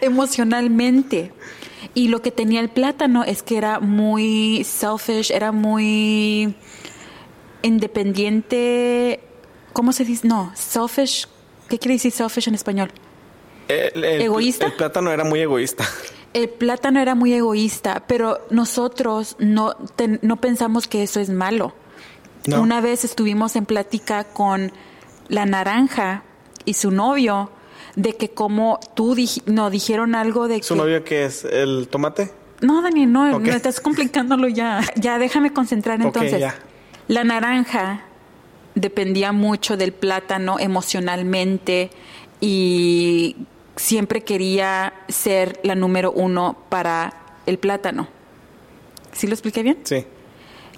Speaker 1: emocionalmente. Y lo que tenía el plátano es que era muy selfish, era muy independiente. ¿Cómo se dice? No, selfish. ¿Qué quiere decir selfish en español?
Speaker 2: ¿E-, El, el-
Speaker 1: ¿Egoísta?
Speaker 2: El plátano era muy egoísta.
Speaker 1: El plátano era muy egoísta, pero nosotros no, ten- no pensamos que eso es malo.
Speaker 2: No.
Speaker 1: Una vez estuvimos en plática con la naranja y su novio de que como tú dij- no dijeron algo de
Speaker 2: ¿Su
Speaker 1: que
Speaker 2: novio qué es? ¿El tomate?
Speaker 1: no Daniel no,
Speaker 2: Ok.
Speaker 1: no, estás complicándolo ya ya déjame concentrar
Speaker 2: Ok,
Speaker 1: entonces
Speaker 2: ya.
Speaker 1: la naranja dependía mucho del plátano emocionalmente y siempre quería ser la número uno para el plátano ¿sí lo expliqué bien?
Speaker 2: Sí.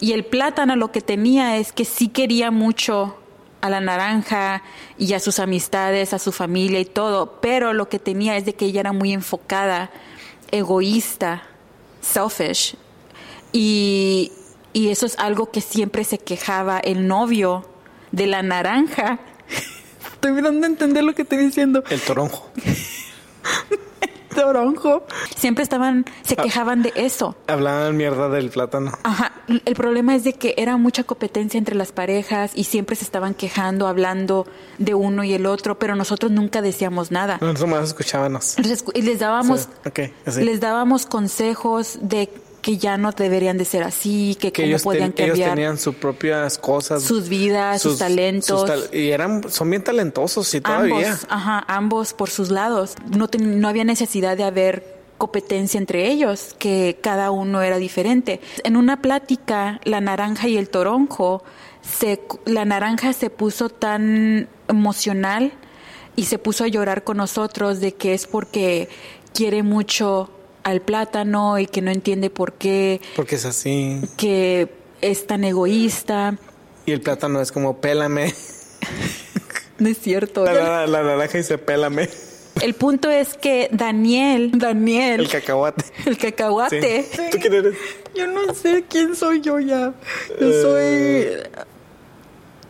Speaker 1: Y el plátano lo que tenía es que sí quería mucho a la naranja y a sus amistades, a su familia y todo, pero lo que tenía es de que ella era muy enfocada, egoísta, selfish. Y, y eso es algo que siempre se quejaba el novio de la naranja. Estoy dando a entender lo que estoy diciendo.
Speaker 2: El toronjo.
Speaker 1: Toronjo. Siempre estaban, se
Speaker 2: Ah.
Speaker 1: quejaban de eso.
Speaker 2: Hablaban mierda del plátano.
Speaker 1: Ajá, el problema es de que era mucha competencia entre las parejas y siempre se estaban quejando, hablando de uno y el otro, pero nosotros nunca decíamos nada.
Speaker 2: No más escuchábamos.
Speaker 1: Entonces, y les dábamos,
Speaker 2: Ah. Sí, ok, así.
Speaker 1: les dábamos consejos de que ya no deberían de ser así, que,
Speaker 2: Que
Speaker 1: cómo
Speaker 2: ellos,
Speaker 1: podían
Speaker 2: ten- ellos
Speaker 1: cambiar
Speaker 2: tenían sus propias cosas.
Speaker 1: sus vidas, sus, talentos.
Speaker 2: sus tal- y eran, son bien talentosos, sí, todavía.
Speaker 1: Ambos, ajá, ambos por sus lados. No, ten- no había necesidad de haber competencia entre ellos, que cada uno era diferente. En una plática, la naranja y el toronjo, se, la naranja se puso tan emocional y se puso a llorar con nosotros de que es porque quiere mucho al plátano y que no entiende por qué,
Speaker 2: Porque es así.
Speaker 1: que es tan egoísta.
Speaker 2: Y el plátano es como, pélame.
Speaker 1: No es cierto.
Speaker 2: La, la- la naranja dice, pélame.
Speaker 1: El punto es que Daniel, Daniel,
Speaker 2: El cacahuate.
Speaker 1: El
Speaker 2: Sí.
Speaker 1: cacahuate.
Speaker 2: ¿Tú quién eres?
Speaker 1: Yo no sé quién soy yo ya.
Speaker 2: Yo soy-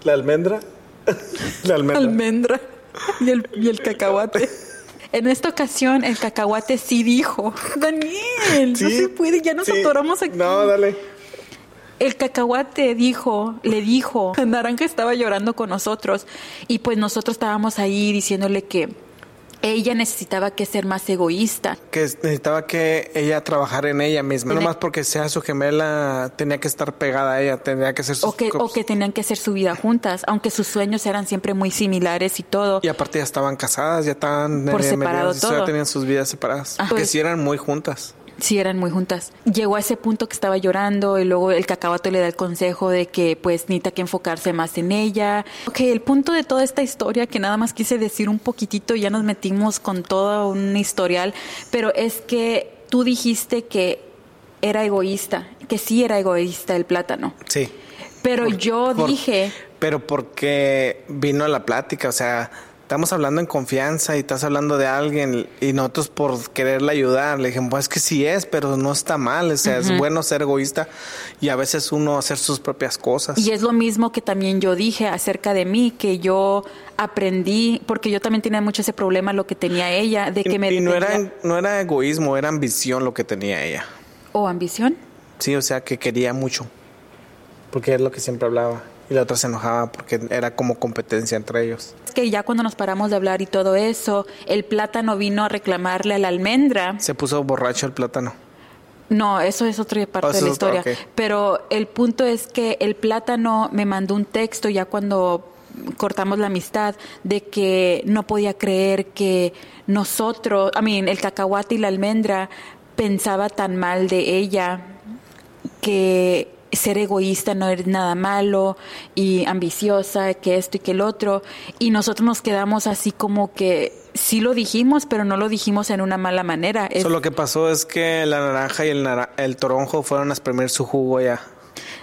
Speaker 2: ¿La almendra? La almendra.
Speaker 1: almendra y el, y el cacahuate. En esta ocasión, el cacahuate sí dijo: Daniel, no
Speaker 2: Sí,
Speaker 1: se puede, ya nos
Speaker 2: sí.
Speaker 1: atoramos aquí.
Speaker 2: No, dale.
Speaker 1: El cacahuate dijo, le dijo, Naranja estaba llorando con nosotros y pues nosotros estábamos ahí diciéndole que ella necesitaba que ser más egoísta.
Speaker 2: que necesitaba que ella trabajara en ella misma. No
Speaker 1: Tiene-
Speaker 2: más porque sea su gemela, tenía que estar pegada a ella, tenía que ser su...
Speaker 1: O que, o que tenían que hacer su vida juntas, aunque sus sueños eran siempre muy similares y todo.
Speaker 2: Y aparte ya estaban casadas, ya estaban...
Speaker 1: Por
Speaker 2: eh,
Speaker 1: separado
Speaker 2: mediados, y ya
Speaker 1: todo.
Speaker 2: tenían sus vidas separadas.
Speaker 1: Ajá.
Speaker 2: Porque
Speaker 1: Pues-
Speaker 2: sí eran muy juntas.
Speaker 1: Sí, eran muy juntas. Llegó a ese punto que estaba llorando y luego el cacabato le da el consejo de que pues necesita que enfocarse más en ella. Ok, el punto de toda esta historia que nada más quise decir un poquitito, ya nos metimos con todo un historial, pero es que tú dijiste que era egoísta, que sí era egoísta el plátano.
Speaker 2: Sí.
Speaker 1: Pero yo
Speaker 2: Por-
Speaker 1: dije,
Speaker 2: Pero porque vino la plática, o sea, estamos hablando en confianza y estás hablando de alguien y nosotros por quererle ayudar, le dije, pues es que sí es, pero no está mal, o sea, es bueno ser egoísta y a veces uno hacer sus propias cosas.
Speaker 1: Y es lo mismo que también yo dije acerca de mí, que yo aprendí, porque yo también tenía mucho ese problema, lo que tenía ella, de que
Speaker 2: Y-
Speaker 1: me...
Speaker 2: y no
Speaker 1: detenía-
Speaker 2: era, no era egoísmo, era ambición lo que tenía ella.
Speaker 1: ¿O ambición?
Speaker 2: Sí, o sea, que quería mucho, porque es lo que siempre hablaba. Y la otra se enojaba porque era como competencia entre ellos.
Speaker 1: Es que ya cuando nos paramos de hablar y todo eso, el plátano vino a reclamarle a la almendra.
Speaker 2: Se puso borracho el plátano.
Speaker 1: No, eso es otra parte
Speaker 2: Oh, eso
Speaker 1: de la
Speaker 2: es otra,
Speaker 1: historia.
Speaker 2: ok.
Speaker 1: Pero el punto es que el plátano me mandó un texto ya cuando cortamos la amistad de que no podía creer que nosotros, a mí, el cacahuate y la almendra pensaba tan mal de ella que ser egoísta no es nada malo y ambiciosa, que esto y que el otro. Y nosotros nos quedamos así como que sí lo dijimos, pero no lo dijimos en una mala manera. Es-
Speaker 2: Eso lo que pasó es que la naranja y el, nara- el toronjo fueron a exprimir su jugo ya.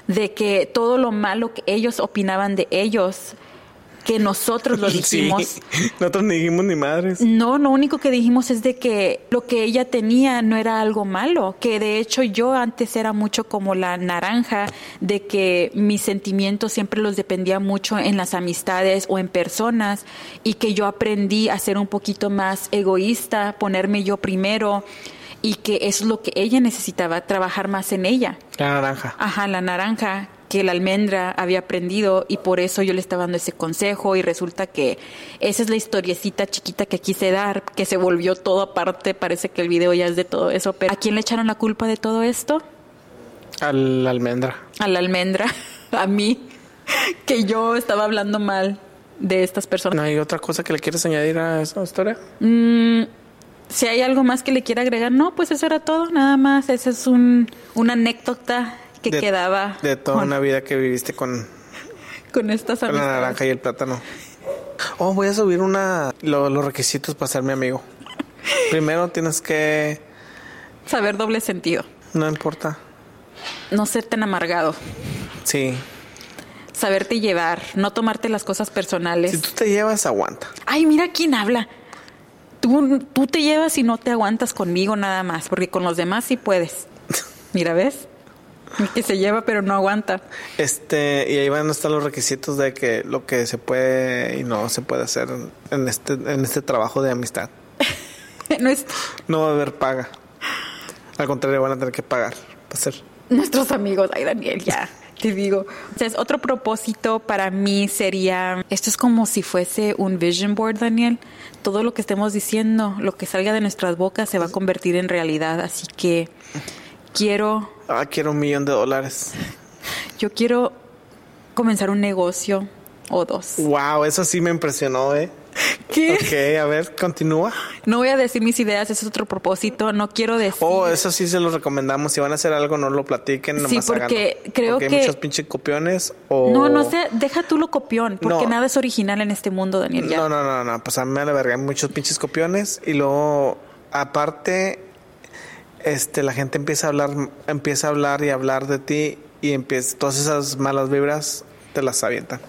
Speaker 1: de que todo lo malo que ellos opinaban de ellos, que nosotros lo dijimos. Mm.
Speaker 2: Sí. Nosotros ni dijimos ni madres.
Speaker 1: No, lo único que dijimos es de que lo que ella tenía no era algo malo, que de hecho yo antes era mucho como la naranja, de que mis sentimientos siempre los dependía mucho en las amistades o en personas y que yo aprendí a ser un poquito más egoísta, ponerme yo primero y que es lo que ella necesitaba, trabajar más en ella.
Speaker 2: La naranja.
Speaker 1: Ajá, la naranja que la almendra había aprendido y por eso yo le estaba dando ese consejo y resulta que esa es la historiecita chiquita que quise dar, que se volvió todo aparte, parece que el video ya es de todo eso, pero ¿a quién le echaron la culpa de todo esto?
Speaker 2: A la almendra.
Speaker 1: A la almendra, a mí, que yo estaba hablando mal de estas
Speaker 2: ¿No
Speaker 1: personas.
Speaker 2: hay otra cosa que le quieres añadir a esa historia?
Speaker 1: Si hay algo más que le quiera agregar, no, pues eso era todo, nada más, esa es un, una anécdota que
Speaker 2: De-
Speaker 1: quedaba
Speaker 2: De toda
Speaker 1: con,
Speaker 2: una vida que viviste con,
Speaker 1: con estas
Speaker 2: con la
Speaker 1: amistades.
Speaker 2: naranja y el plátano. Oh, voy a subir una lo- los requisitos para ser mi amigo. Primero tienes que...
Speaker 1: Saber doble sentido,
Speaker 2: No importa.
Speaker 1: no ser tan amargado.
Speaker 2: Sí.
Speaker 1: saberte llevar, no tomarte las cosas personales.
Speaker 2: Si tú te llevas, aguanta.
Speaker 1: Ay, mira quién habla. Tú, tú te llevas y no te aguantas conmigo nada más, porque con los demás sí puedes. Mira, ¿ves? El que se lleva pero no aguanta.
Speaker 2: Este, y ahí van a estar los requisitos de que lo que se puede y no se puede hacer en- en este, en este trabajo de amistad.
Speaker 1: No es-
Speaker 2: No va a haber paga. Al contrario, van a tener que pagar. Va a ser.
Speaker 1: nuestros amigos, ay Daniel, ya te digo. Entonces, otro propósito para mí sería, esto es como si fuese un vision board, Daniel. Todo lo que estemos diciendo, lo que salga de nuestras bocas se va a convertir en realidad, así que quiero
Speaker 2: Ah, quiero un millón de dólares.
Speaker 1: Yo quiero comenzar un negocio o dos.
Speaker 2: Wow, eso sí me impresionó, ¿eh?
Speaker 1: ¿Qué?
Speaker 2: Ok, a ver, continúa.
Speaker 1: No voy a decir mis ideas, ese es otro propósito. No quiero decir.
Speaker 2: Oh, eso sí se los recomendamos. Si van a hacer algo, no lo platiquen.
Speaker 1: Sí,
Speaker 2: nomás
Speaker 1: porque
Speaker 2: háganlo.
Speaker 1: creo
Speaker 2: Porque
Speaker 1: que-
Speaker 2: hay muchos pinches copiones o...
Speaker 1: No, no sé, deja tú lo copión, porque
Speaker 2: No.
Speaker 1: nada es original en este mundo, Daniel. ya.
Speaker 2: No, no, no, no, pues a mí me la verga, hay muchos pinches copiones y luego aparte este la gente empieza a hablar empieza a hablar y hablar de ti y empieza todas esas malas vibras te las avientan.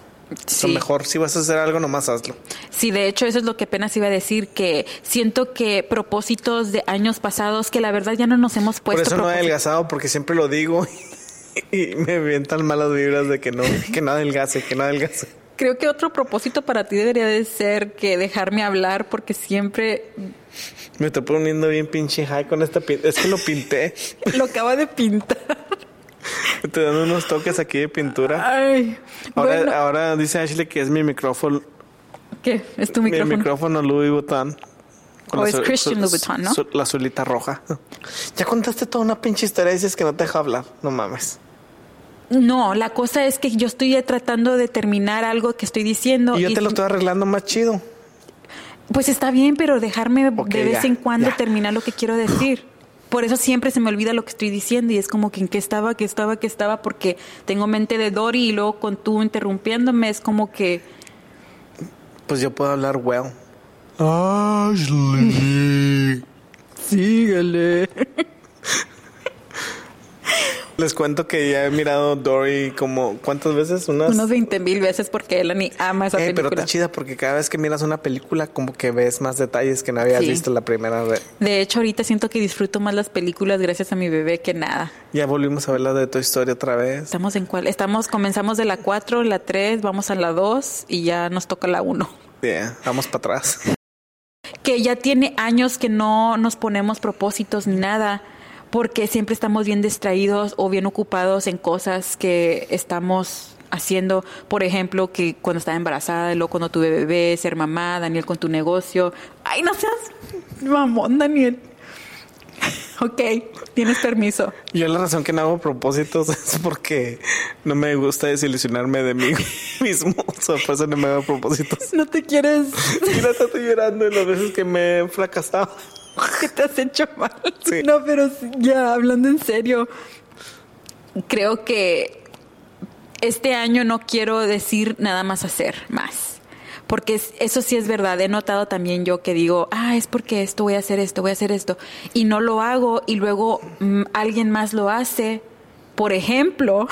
Speaker 1: Sí.
Speaker 2: Sí. mejor si vas a hacer algo nomás hazlo.
Speaker 1: Sí, de hecho, eso es lo que apenas iba a decir, que siento que propósitos de años pasados, que la verdad ya no nos hemos
Speaker 2: Por
Speaker 1: puesto
Speaker 2: eso no he
Speaker 1: propósitos.
Speaker 2: adelgazado porque siempre lo digo y me avientan malas vibras de que no que no adelgace, que no adelgace.
Speaker 1: Creo que otro propósito para ti debería de ser que dejarme hablar, porque siempre
Speaker 2: Me estoy poniendo bien pinche high con esta pin- es que lo pinté.
Speaker 1: lo acaba de pintar.
Speaker 2: Me estoy dando unos toques aquí de pintura.
Speaker 1: Ay,
Speaker 2: Ahora,
Speaker 1: Ah, bueno,
Speaker 2: ahora dice Ashley que es mi micrófono,
Speaker 1: ¿qué? Es tu
Speaker 2: Mi micrófono Louis Vuitton.
Speaker 1: O
Speaker 2: la
Speaker 1: es
Speaker 2: azul-
Speaker 1: Christian
Speaker 2: su-
Speaker 1: Louis Vuitton, ¿no?
Speaker 2: su- la azulita roja. Ya contaste toda una pinche historia y dices que no te deja hablar. No mames.
Speaker 1: No, la cosa es que yo estoy tratando de terminar algo que estoy diciendo.
Speaker 2: y yo
Speaker 1: y-
Speaker 2: te lo estoy arreglando más chido.
Speaker 1: Pues está bien, pero dejarme
Speaker 2: Ok,
Speaker 1: de vez
Speaker 2: ya,
Speaker 1: en cuando
Speaker 2: ya.
Speaker 1: terminar lo que quiero decir. Por eso siempre se me olvida lo que estoy diciendo y es como que en qué estaba, qué estaba, qué estaba, porque tengo mente de Dory y luego con tú interrumpiéndome es como que...
Speaker 2: Pues yo puedo hablar well.
Speaker 4: Ashley.
Speaker 1: Síguele.
Speaker 2: Les cuento que ya he mirado Dory como, ¿cuántas veces? Unas...
Speaker 1: Unos 20 mil veces porque Elani ama esa
Speaker 2: Eh, pero
Speaker 1: película.
Speaker 2: está chida porque cada vez que miras una película como que ves más detalles que no habías
Speaker 1: Sí.
Speaker 2: visto la primera vez.
Speaker 1: De hecho, ahorita siento que disfruto más las películas gracias a mi bebé que nada.
Speaker 2: Ya volvimos a ver la de Toy Story otra vez.
Speaker 1: Estamos en cuál? Estamos, comenzamos de la 4, la 3, vamos a la 2 y ya nos toca la 1.
Speaker 2: Yeah, vamos para atrás.
Speaker 1: Que ya tiene años que no nos ponemos propósitos ni nada, porque siempre estamos bien distraídos o bien ocupados en cosas que estamos haciendo. Por ejemplo, que cuando estaba embarazada, luego cuando tuve bebé, ser mamá, Daniel con tu negocio. Ay, no seas mamón, Daniel. Ok, tienes permiso.
Speaker 2: Yo la razón que no hago propósitos es porque no me gusta desilusionarme de mí mismo. O sea, por eso no me hago propósitos.
Speaker 1: No te quieres
Speaker 2: Mira, te estoy llorando de las veces que me he fracasado.
Speaker 1: que te has hecho mal.
Speaker 2: Sí.
Speaker 1: No, pero sí, ya hablando en serio, creo que este año no quiero decir nada más hacer más. Porque es- eso sí es verdad. He notado también yo que digo, ah, es porque esto voy a hacer esto, voy a hacer esto. Y no lo hago y luego mm, alguien más lo hace. Por ejemplo,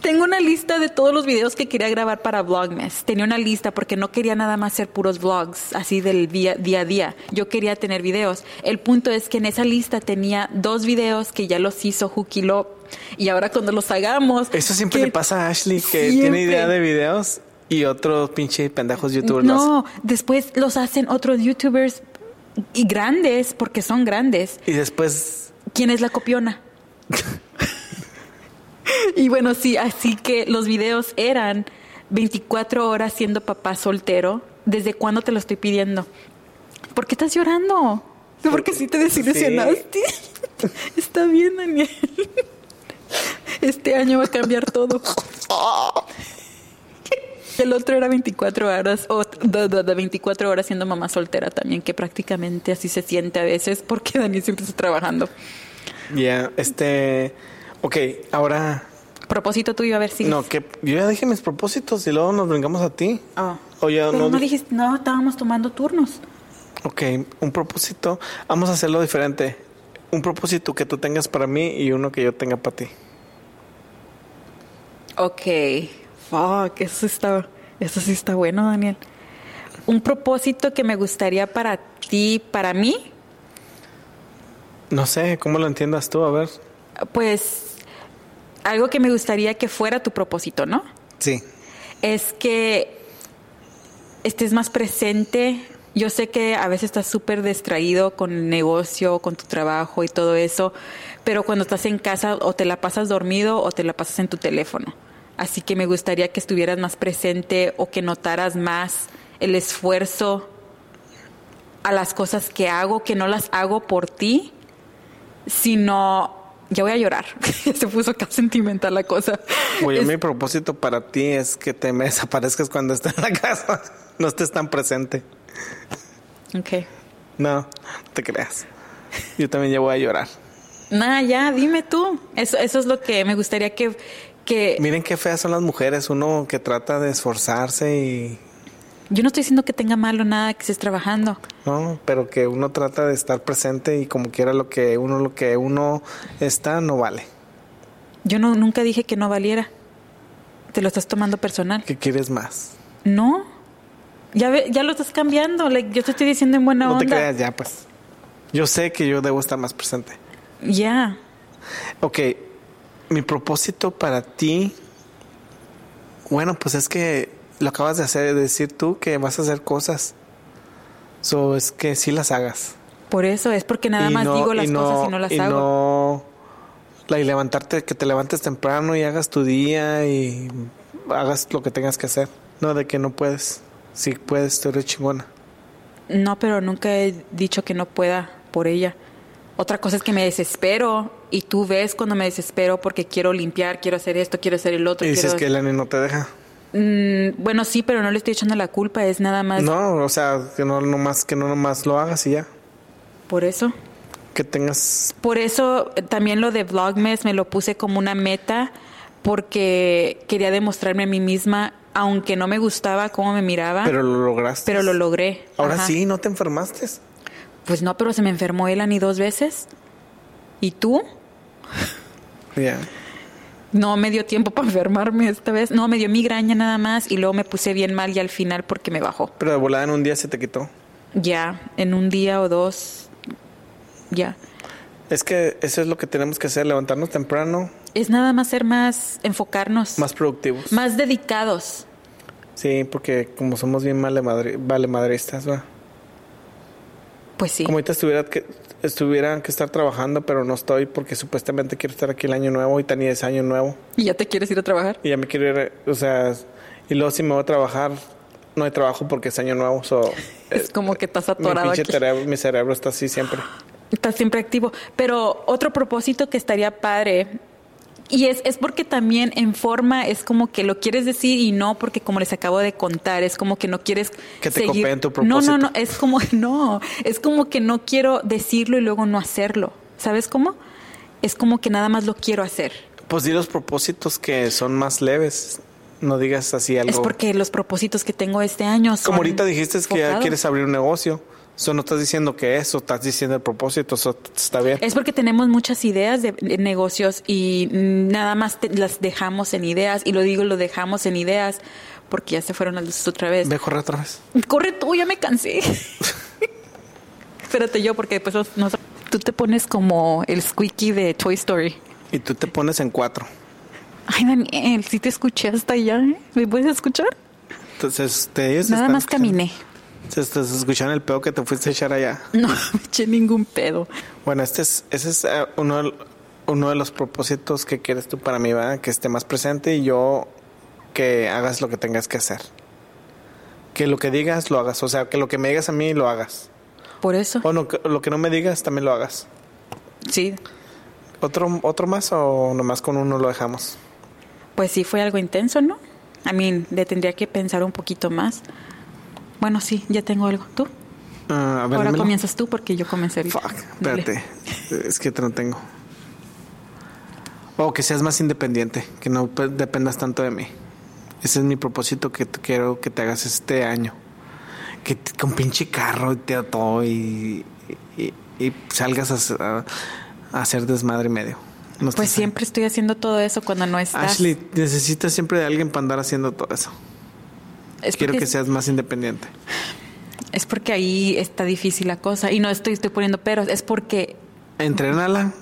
Speaker 1: Tengo una lista de todos los videos que quería grabar para Vlogmas. Tenía una lista porque no quería nada más ser puros vlogs, así del día, día a día. Yo quería tener videos. El punto es que en esa lista tenía dos videos que ya los hizo Juki Lop. Y ahora cuando los hagamos...
Speaker 2: Eso siempre
Speaker 1: que-
Speaker 2: le pasa a Ashley, que
Speaker 1: Siempre.
Speaker 2: tiene idea de videos y otros pinche pendejos youtubers. lo hacen.
Speaker 1: No, después los hacen otros youtubers y grandes, porque son grandes.
Speaker 2: Y después
Speaker 1: ¿Quién es la copiona? y bueno, sí, así que los videos eran 24 horas siendo papá soltero. ¿Desde cuándo te lo estoy pidiendo? ¿Por qué estás llorando? Porque sí te desilusionaste. Está bien, Daniel. Este año va a cambiar todo. El otro era 24 horas, o de, de- de 24 horas siendo mamá soltera también, que prácticamente así se siente a veces porque Daniel siempre está trabajando.
Speaker 2: ya, este. Ok, ahora.
Speaker 1: Propósito tuyo, a ver si.
Speaker 2: No, que yo ya dije mis propósitos y luego nos vengamos a ti.
Speaker 1: Ah.
Speaker 2: O Oh, ya
Speaker 1: Pero no,
Speaker 2: no. dije-
Speaker 1: dijiste, no, estábamos tomando turnos.
Speaker 2: Ok, un propósito. Vamos a hacerlo diferente. Un propósito que tú tengas para mí y uno que yo tenga para ti.
Speaker 1: Ok. Fuck, eso está, eso sí está bueno, Daniel. Un propósito que me gustaría para ti, para mí,
Speaker 2: No sé, ¿cómo lo entiendas tú? A ver.
Speaker 1: pues algo que me gustaría que fuera tu propósito, ¿no?
Speaker 2: Sí.
Speaker 1: es que estés más presente. Yo sé que a veces estás súper distraído con el negocio, con tu trabajo y todo eso, pero cuando estás en casa o te la pasas dormido o te la pasas en tu teléfono. Así que me gustaría que estuvieras más presente o que notaras más el esfuerzo a las cosas que hago, que no las hago por ti, sino... Ya voy a llorar. Se puso acá sentimental la cosa.
Speaker 2: Oye,
Speaker 1: Es-
Speaker 2: mi propósito para ti es que te me desaparezcas cuando esté en la casa. No estés tan presente.
Speaker 1: Ok.
Speaker 2: No, no te creas. Yo también ya voy a llorar.
Speaker 1: Nah, ya, dime tú. Eso, eso es lo que me gustaría que, que...
Speaker 2: Miren qué feas son las mujeres. Uno que trata de esforzarse y...
Speaker 1: Yo no estoy diciendo que tenga malo nada que estés trabajando.
Speaker 2: No, pero que uno trata de estar presente y como quiera lo que uno, lo que uno está, no vale.
Speaker 1: Yo no, nunca dije que no valiera. Te lo estás tomando personal.
Speaker 2: ¿Qué quieres más?
Speaker 1: No. Ya, ve- ya lo estás cambiando. like, yo te estoy diciendo en buena
Speaker 2: No te
Speaker 1: onda.
Speaker 2: creas ya, pues. Yo sé que yo debo estar más presente.
Speaker 1: Ya.
Speaker 2: Ok, mi propósito para ti, bueno, pues es que lo acabas de hacer, de decir tú que vas a hacer cosas. So, es que sí las hagas.
Speaker 1: Por eso es porque nada
Speaker 2: Y
Speaker 1: más
Speaker 2: no-
Speaker 1: digo las
Speaker 2: y no-
Speaker 1: cosas y no las
Speaker 2: y
Speaker 1: hago.
Speaker 2: no- la- y levantarte, que te levantes temprano y hagas tu día y hagas lo que tengas que hacer. No, de que no puedes. Si puedes, tú eres chingona.
Speaker 1: No, pero nunca he dicho que no pueda por ella. Otra cosa es que me desespero y tú ves cuando me desespero porque quiero limpiar, quiero hacer esto, quiero hacer el otro.
Speaker 2: Y dices
Speaker 1: quiero...
Speaker 2: que Lenny no te deja.
Speaker 1: Mm, bueno, sí, pero no le estoy echando la culpa, es nada más
Speaker 2: No, o sea, que no nomás, que no nomás lo hagas y ya.
Speaker 1: por eso.
Speaker 2: que tengas.
Speaker 1: Por eso eh, también lo de Vlogmas me lo puse como una meta porque quería demostrarme a mí misma, aunque no me gustaba cómo me miraba,
Speaker 2: Pero
Speaker 1: Ah. pero,
Speaker 2: lo lograste.
Speaker 1: lo logré.
Speaker 2: Ahora
Speaker 1: Ajá.
Speaker 2: sí, no te enfermaste.
Speaker 1: Pues no, pero se me enfermó Elani dos veces. ¿Y tú?
Speaker 2: Ya.
Speaker 1: No me dio tiempo para enfermarme esta vez. No, me dio migraña nada más y luego me puse bien mal y al final porque me bajó.
Speaker 2: Pero de volada en un día se te quitó.
Speaker 1: Ya, en un día o dos. Ya.
Speaker 2: Es que eso es lo que tenemos que hacer, levantarnos temprano,
Speaker 1: Es nada más ser más, enfocarnos,
Speaker 2: más productivos.
Speaker 1: más dedicados.
Speaker 2: Sí, porque como somos bien vale, madri- vale madristas, va.
Speaker 1: Pues sí.
Speaker 2: Como ahorita estuviera que, estuvieran que estar trabajando, pero no estoy porque supuestamente quiero estar aquí el año nuevo y ni es año nuevo.
Speaker 1: ¿Y ya te quieres ir a trabajar?
Speaker 2: Y ya me quiero ir, o sea, y luego si me voy a trabajar, no hay trabajo porque es año nuevo. So,
Speaker 1: Es como que estás
Speaker 2: Eh, mi,
Speaker 1: atorado
Speaker 2: pinche
Speaker 1: aquí.
Speaker 2: cerebro, mi cerebro está así siempre.
Speaker 1: Estás siempre activo. Pero otro propósito que estaría padre, y es, es porque también en forma es como que lo quieres decir y no porque como les acabo de contar, es como que no quieres
Speaker 2: Que te
Speaker 1: seguir-
Speaker 2: copien tu
Speaker 1: No,
Speaker 2: propósito.
Speaker 1: no, no, es como no, es como que no quiero decirlo y luego no hacerlo. ¿Sabes cómo? Es como que nada más lo quiero hacer.
Speaker 2: Pues di los propósitos que son más leves. No digas así algo.
Speaker 1: Es porque los propósitos que tengo este año son
Speaker 2: Como ahorita dijiste que ya
Speaker 1: enfocados.
Speaker 2: quieres abrir un negocio. Eso no estás diciendo que eso, estás diciendo el propósito, eso está bien.
Speaker 1: Es porque tenemos muchas ideas de, de negocios y mm, nada más te- las dejamos en ideas. Y lo digo, lo dejamos en ideas porque ya se fueron las luces otra vez.
Speaker 2: Ve, corre otra vez.
Speaker 1: Corre tú, ya me cansé. Espérate yo porque después nos- nos- tú te pones como el squeaky de Toy Story.
Speaker 2: Y tú te pones en cuatro.
Speaker 1: Ay, Daniel, si te escuché hasta allá. ¿eh? ¿Me puedes escuchar?
Speaker 2: Entonces, te ellos
Speaker 1: Nada
Speaker 2: están
Speaker 1: más
Speaker 2: escuchando-
Speaker 1: caminé.
Speaker 2: Se estás escuchando el pedo que te fuiste a echar allá.
Speaker 1: No me eché ningún pedo.
Speaker 2: Bueno, este es, ese es eh, uno, del- uno de los propósitos que quieres tú para mí, ¿verdad? Que esté más presente y yo que hagas lo que tengas que hacer. Que lo que digas, lo hagas. O sea, que lo que me digas a mí, lo hagas.
Speaker 1: Por eso.
Speaker 2: O no, que- lo que no me digas, también lo hagas.
Speaker 1: Sí.
Speaker 2: ¿Otro, ¿Otro más o nomás con uno lo dejamos?
Speaker 1: Pues sí, fue algo intenso, ¿no? A mí le tendría que pensar un poquito más. Bueno, sí, ya tengo algo. ¿Tú?
Speaker 2: Ah, a ver,
Speaker 1: Ahora
Speaker 2: dímelo.
Speaker 1: comienzas tú porque yo comencé ahorita.
Speaker 2: Fuck,
Speaker 1: Dale.
Speaker 2: espérate. Es que te no tengo. O que seas más independiente, que no pe- dependas tanto de mí. Ese es mi propósito que te- quiero que te hagas este año. Que te- con pinche carro y te todo y, y- y salgas a, s- a- a hacer desmadre y medio. No
Speaker 1: Pues
Speaker 2: estás-
Speaker 1: siempre estoy haciendo todo eso cuando no estás.
Speaker 2: Ashley, necesitas siempre de alguien para andar haciendo todo eso.
Speaker 1: es
Speaker 2: Quiero
Speaker 1: porque,
Speaker 2: que seas más independiente.
Speaker 1: es porque ahí está difícil la cosa. Y no estoy, estoy poniendo peros. Es porque.
Speaker 2: Entrénala.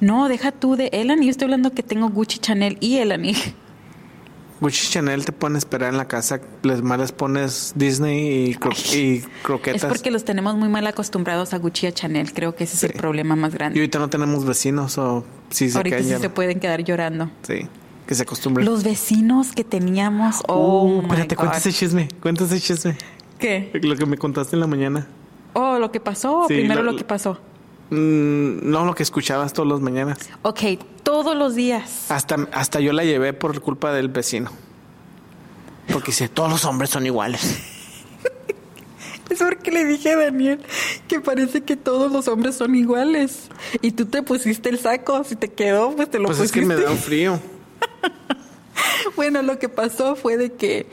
Speaker 1: No, deja tú de Elani. Yo estoy hablando que tengo Gucci, Chanel y Elani.
Speaker 2: Gucci y Chanel te pueden esperar en la casa, les más les pones Disney y, cro- y
Speaker 1: Es
Speaker 2: croquetas.
Speaker 1: porque los tenemos muy mal acostumbrados a Gucci y a Chanel. Creo que ese es el
Speaker 2: Sí.
Speaker 1: problema más
Speaker 2: Y
Speaker 1: grande.
Speaker 2: ahorita no tenemos vecinos o si se
Speaker 1: Ahorita
Speaker 2: caen
Speaker 1: sí
Speaker 2: ya-
Speaker 1: se pueden quedar llorando.
Speaker 2: Sí, que se acostumbren.
Speaker 1: Los vecinos que teníamos. Oh,
Speaker 2: Uh,
Speaker 1: my
Speaker 2: espérate,
Speaker 1: God.
Speaker 2: cuenta ese chisme, cuenta ese chisme.
Speaker 1: ¿Qué?
Speaker 2: Lo que me contaste en la mañana.
Speaker 1: Oh, lo que pasó, o
Speaker 2: Sí,
Speaker 1: primero
Speaker 2: lo-
Speaker 1: lo que pasó.
Speaker 2: Mm, no, lo que escuchabas todas las mañanas.
Speaker 1: Ok, todos los días.
Speaker 2: Hasta, hasta yo la llevé por culpa del vecino. Porque dice, todos los hombres son iguales.
Speaker 1: Es porque le dije a Daniel que parece que todos los hombres son iguales. Y tú te pusiste el saco, si te quedó, pues te lo
Speaker 2: pues es
Speaker 1: pusiste.
Speaker 2: que me da un frío.
Speaker 1: Bueno, lo que pasó fue de que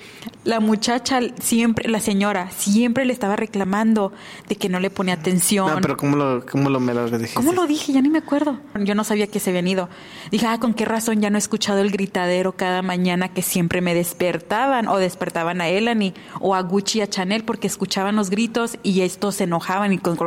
Speaker 1: la muchacha siempre, la señora, siempre le estaba reclamando de que no le ponía atención.
Speaker 2: No, pero ¿cómo lo, cómo lo me lo dijiste?
Speaker 1: ¿Cómo lo dije? Ya ni me acuerdo. Yo no sabía que se habían ido. Dije, ah, ¿con qué razón ya no he escuchado el gritadero cada mañana que siempre me despertaban o despertaban a Elani o a Gucci y a Chanel porque escuchaban los gritos y estos se enojaban y con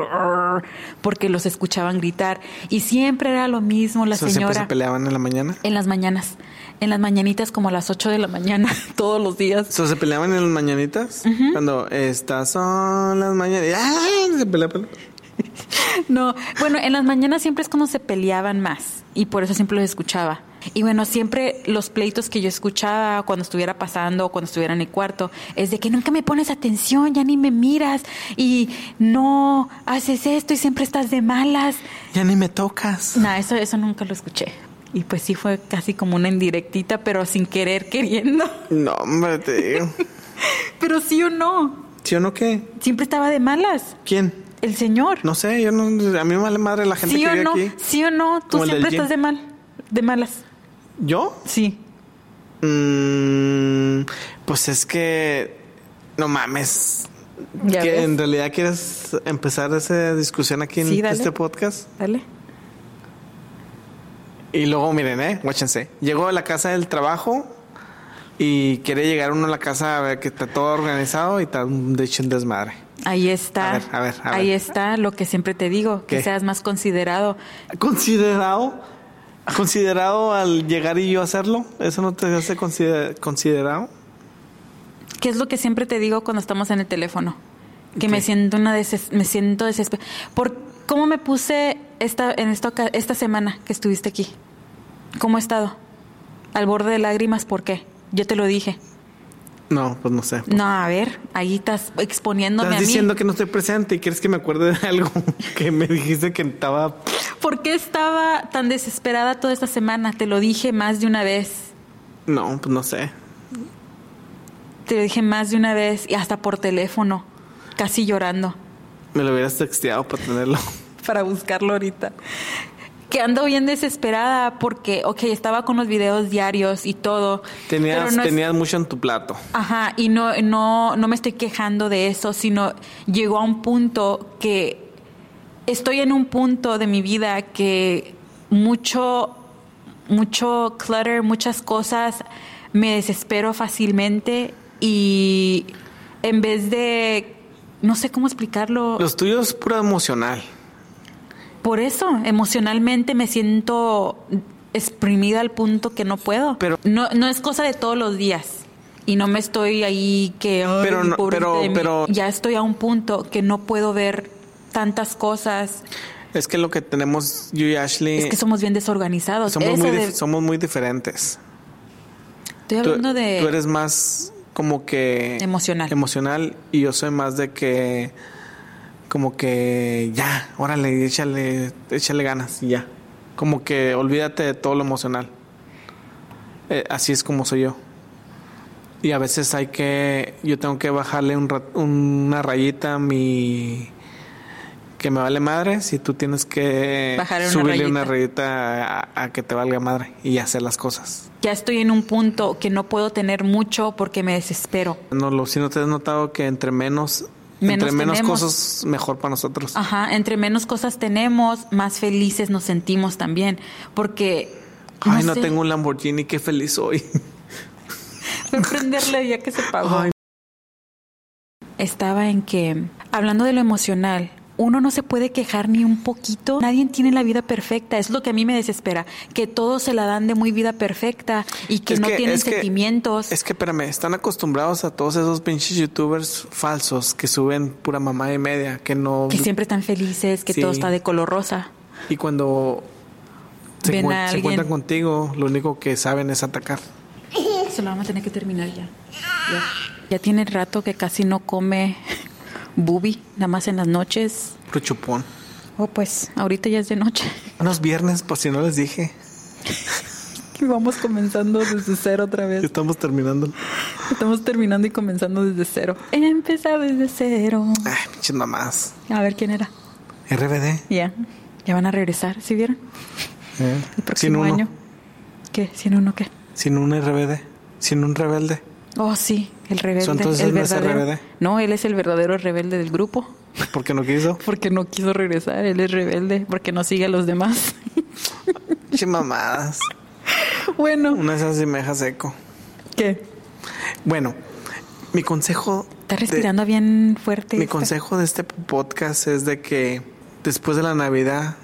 Speaker 1: porque los escuchaban gritar y siempre era lo mismo la
Speaker 2: O sea, ¿Siempre se
Speaker 1: señora
Speaker 2: peleaban en la mañana?
Speaker 1: en las mañanas, en las mañanitas como a las 8 de la mañana todos los días.
Speaker 2: So, se peleaban en las mañanitas cuando estas son las mañanitas. ¡Ay! Se peleaban.
Speaker 1: No, bueno, en las mañanas siempre es cuando se peleaban más y por eso siempre los escuchaba. Y bueno, siempre los pleitos que yo escuchaba cuando estuviera pasando o cuando estuviera en el cuarto es de que nunca me pones atención, ya ni me miras y no haces esto y siempre estás de malas.
Speaker 2: Ya ni me tocas.
Speaker 1: No, eso, eso nunca lo escuché. Y pues sí fue casi como una indirectita, pero sin querer, queriendo.
Speaker 2: No, hombre, te digo.
Speaker 1: Pero sí o no,
Speaker 2: ¿Sí o no qué?
Speaker 1: siempre estaba de malas.
Speaker 2: ¿Quién?
Speaker 1: El señor.
Speaker 2: No sé, yo no, a mí me vale madre la gente
Speaker 1: ¿Sí
Speaker 2: que
Speaker 1: o
Speaker 2: vive
Speaker 1: no?
Speaker 2: aquí.
Speaker 1: ¿Sí o no? Tú
Speaker 2: Como el del
Speaker 1: siempre
Speaker 2: gym.
Speaker 1: estás de mal. De malas.
Speaker 2: ¿Yo?
Speaker 1: Sí.
Speaker 2: Mm, pues es que no mames.
Speaker 1: Ya
Speaker 2: que
Speaker 1: ves.
Speaker 2: en realidad quieres empezar esa discusión aquí en
Speaker 1: Sí, dale.
Speaker 2: este podcast.
Speaker 1: Dale.
Speaker 2: Y luego miren, eh, guáchense. Llegó a la casa del trabajo y quiere llegar uno a la casa a ver que está todo organizado y está un de hecho un desmadre.
Speaker 1: Ahí está.
Speaker 2: A ver, a ver, a
Speaker 1: Ahí
Speaker 2: ver.
Speaker 1: está lo que siempre te digo, que
Speaker 2: ¿Qué?
Speaker 1: seas más considerado.
Speaker 2: ¿Considerado? ¿Considerado al llegar y yo hacerlo? ¿Eso no te hace consider- considerado?
Speaker 1: ¿Qué es lo que siempre te digo cuando estamos en el teléfono? Que
Speaker 2: ¿Qué?
Speaker 1: me siento una deses- me siento desesperada. ¿Por cómo me puse esta en esta oca- esta semana que estuviste aquí? ¿Cómo he estado? Al borde de lágrimas, ¿por qué? Yo te lo dije.
Speaker 2: No, pues no sé.
Speaker 1: No, a ver, ahí estás exponiéndome
Speaker 2: Estás
Speaker 1: a mí.
Speaker 2: diciendo que no estoy presente y quieres que me acuerde de algo que me dijiste que estaba.
Speaker 1: ¿Por qué estaba tan desesperada toda esta semana? Te lo dije más de una vez.
Speaker 2: No, pues no sé.
Speaker 1: Te lo dije más de una vez y hasta por teléfono, casi llorando.
Speaker 2: Me lo hubieras texteado para tenerlo.
Speaker 1: para buscarlo ahorita. Que ando bien desesperada porque, ok, estaba con los videos diarios y todo.
Speaker 2: Tenías,
Speaker 1: pero no es-
Speaker 2: tenías mucho en tu plato.
Speaker 1: ajá, y no, no, no me estoy quejando de eso, sino llegó a un punto que estoy en un punto de mi vida que mucho, mucho clutter, muchas cosas, me desespero fácilmente y en vez de, no sé cómo explicarlo.
Speaker 2: Los tuyos es puro emocional.
Speaker 1: Por eso, emocionalmente me siento exprimida al punto que no puedo.
Speaker 2: Pero-
Speaker 1: no, no es cosa de todos los días. Y no me estoy ahí que. ay,
Speaker 2: Pero no-
Speaker 1: pobrecita
Speaker 2: pero-
Speaker 1: de mí.
Speaker 2: pero-
Speaker 1: Ya estoy a un punto que no puedo ver tantas cosas.
Speaker 2: Es que lo que tenemos yo y Ashley
Speaker 1: Es que somos bien desorganizados.
Speaker 2: Eh, somos,
Speaker 1: Eso
Speaker 2: muy
Speaker 1: de-
Speaker 2: dif- somos muy diferentes.
Speaker 1: estoy hablando
Speaker 2: tú,
Speaker 1: de.
Speaker 2: tú eres más como que
Speaker 1: Emocional.
Speaker 2: emocional y yo soy más de que como que ya, órale, échale, échale ganas y ya. Como que olvídate de todo lo emocional. Eh, así es como soy yo. Y a veces hay que, yo tengo que bajarle un ra- una rayita a mi que me vale madre si tú tienes que
Speaker 1: Bajarle una
Speaker 2: subirle una
Speaker 1: rayita.
Speaker 2: rayita a- a que te valga madre y hacer las cosas.
Speaker 1: Ya estoy en un punto que no puedo tener mucho porque me desespero.
Speaker 2: No, lo, si no te has notado que entre menos,
Speaker 1: Menos
Speaker 2: entre menos
Speaker 1: tenemos. Ah,
Speaker 2: cosas, mejor para nosotros.
Speaker 1: Ajá, entre menos cosas tenemos, más felices nos sentimos también. Porque.
Speaker 2: Ay, no
Speaker 1: sé,
Speaker 2: tengo un Lamborghini, qué feliz soy.
Speaker 1: voy a prenderle ya que se pagó.
Speaker 2: Ay.
Speaker 1: estaba en que, hablando de lo emocional, uno no se puede quejar ni un poquito. Nadie tiene la vida perfecta. Es lo que a mí me desespera. Que todos se la dan de muy vida perfecta y que
Speaker 2: Es
Speaker 1: no tienen
Speaker 2: es que-
Speaker 1: sentimientos.
Speaker 2: es que, espérame, están acostumbrados a todos esos pinches youtubers falsos que suben pura mamá y media, que no...
Speaker 1: que siempre están felices, que
Speaker 2: Sí.
Speaker 1: todo está de color rosa.
Speaker 2: Y cuando se,
Speaker 1: Ven
Speaker 2: encuent-
Speaker 1: a
Speaker 2: se
Speaker 1: alguien.
Speaker 2: encuentran contigo, lo único que saben es atacar.
Speaker 1: Se lo vamos a tener que terminar ya. Ya, ya tiene rato que casi no come bubi, nada más en las noches.
Speaker 2: Puro chupón.
Speaker 1: Oh, pues, ahorita ya es de noche.
Speaker 2: Unos viernes, por si no les dije,
Speaker 1: Y vamos comenzando desde cero otra vez.
Speaker 2: estamos terminando.
Speaker 1: Estamos terminando y comenzando desde cero. Empezar desde cero.
Speaker 2: Ay, pinches mamás.
Speaker 1: A ver quién era.
Speaker 2: RBD.
Speaker 1: Ya. Ya van a regresar, ¿sí vieron?
Speaker 2: ¿eh?
Speaker 1: El
Speaker 2: Sin
Speaker 1: próximo
Speaker 2: uno.
Speaker 1: año. ¿Qué? ¿Sin uno qué?
Speaker 2: Sin un RBD. Sin un rebelde.
Speaker 1: Oh, sí, el rebelde.
Speaker 2: So, entonces
Speaker 1: el
Speaker 2: él no es el
Speaker 1: verdadero.
Speaker 2: rebelde.
Speaker 1: No, él es el verdadero rebelde del grupo.
Speaker 2: Porque no quiso.
Speaker 1: Porque no quiso regresar, él es rebelde, porque no sigue a los demás.
Speaker 2: Che mamadas.
Speaker 1: bueno,
Speaker 2: Una de esas sí me deja seco.
Speaker 1: ¿qué?
Speaker 2: Bueno, mi consejo.
Speaker 1: Está
Speaker 2: de-
Speaker 1: respirando bien fuerte.
Speaker 2: mi
Speaker 1: esta.
Speaker 2: consejo de este podcast es de que después de la Navidad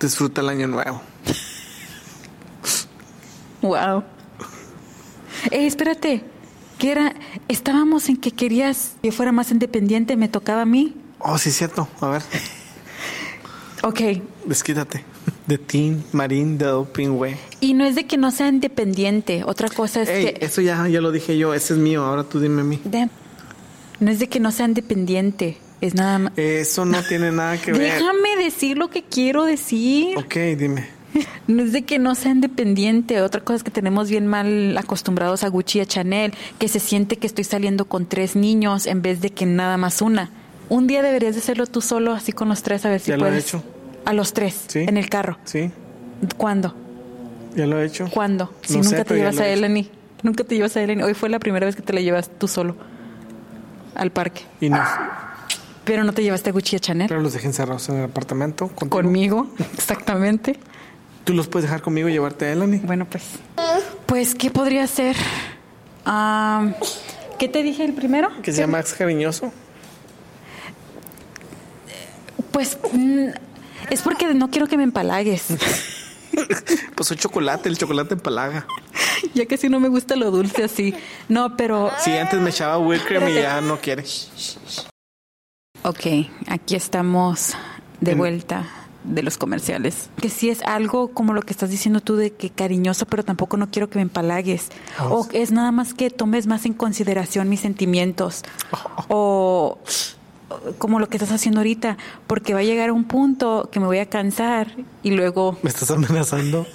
Speaker 2: disfruta el año nuevo.
Speaker 1: Wow. Eh, espérate. ¿Qué era? Estábamos en que querías que fuera más independiente, me tocaba a mí.
Speaker 2: Oh, sí, cierto. A ver,
Speaker 1: Ok,
Speaker 2: desquítate. De Tim, Marín, de Doping, güey.
Speaker 1: Y no es de que no sea independiente. Otra cosa es
Speaker 2: Ey,
Speaker 1: que.
Speaker 2: eso ya, ya lo dije yo. Ese es mío. Ahora tú dime a mí.
Speaker 1: Damn. No es de que no sea independiente. Es nada más.
Speaker 2: Eso no tiene nada que ver.
Speaker 1: Déjame decir lo que quiero decir.
Speaker 2: Ok, dime.
Speaker 1: No es de que no sea independiente. Otra cosa es que tenemos bien mal acostumbrados a Gucci y a Chanel, que se siente que estoy saliendo con tres niños en vez de que nada más una. Un día deberías de hacerlo tú solo, así con los tres, a ver si
Speaker 2: Ya lo he
Speaker 1: puedes.
Speaker 2: hecho.
Speaker 1: A los tres,
Speaker 2: Sí.
Speaker 1: en el carro.
Speaker 2: Sí,
Speaker 1: ¿Cuándo?
Speaker 2: ya lo he hecho.
Speaker 1: ¿Cuándo? Si
Speaker 2: No sé,
Speaker 1: nunca te
Speaker 2: pero ya
Speaker 1: llevas
Speaker 2: lo
Speaker 1: a
Speaker 2: he hecho.
Speaker 1: Eleni. Nunca te llevas a Eleni. Hoy fue la primera vez que te la llevas tú solo al parque.
Speaker 2: Y no,
Speaker 1: Pero no te llevaste a Gucci y a Chanel.
Speaker 2: pero los dejé encerrados en el apartamento. contigo.
Speaker 1: Conmigo, exactamente.
Speaker 2: Tú los puedes dejar conmigo y llevarte a Elani.
Speaker 1: Bueno, pues. Pues, ¿qué podría ser? Ah, ¿Qué te dije el primero?
Speaker 2: Que sea más cariñoso.
Speaker 1: Pues mm, es porque no quiero que me empalagues.
Speaker 2: Pues soy chocolate, el chocolate empalaga.
Speaker 1: ya que si no me gusta lo dulce así. No, pero
Speaker 2: Sí, antes me echaba whipped cream y ya no quiere.
Speaker 1: Ok, aquí estamos de vuelta de los comerciales. Que sí es algo como lo que estás diciendo tú de que cariñoso, pero tampoco no quiero que me empalagues. O es nada más que tomes más en consideración mis sentimientos. O o como lo que estás haciendo ahorita, porque va a llegar un punto que me voy a cansar y luego
Speaker 2: ¿Me estás amenazando?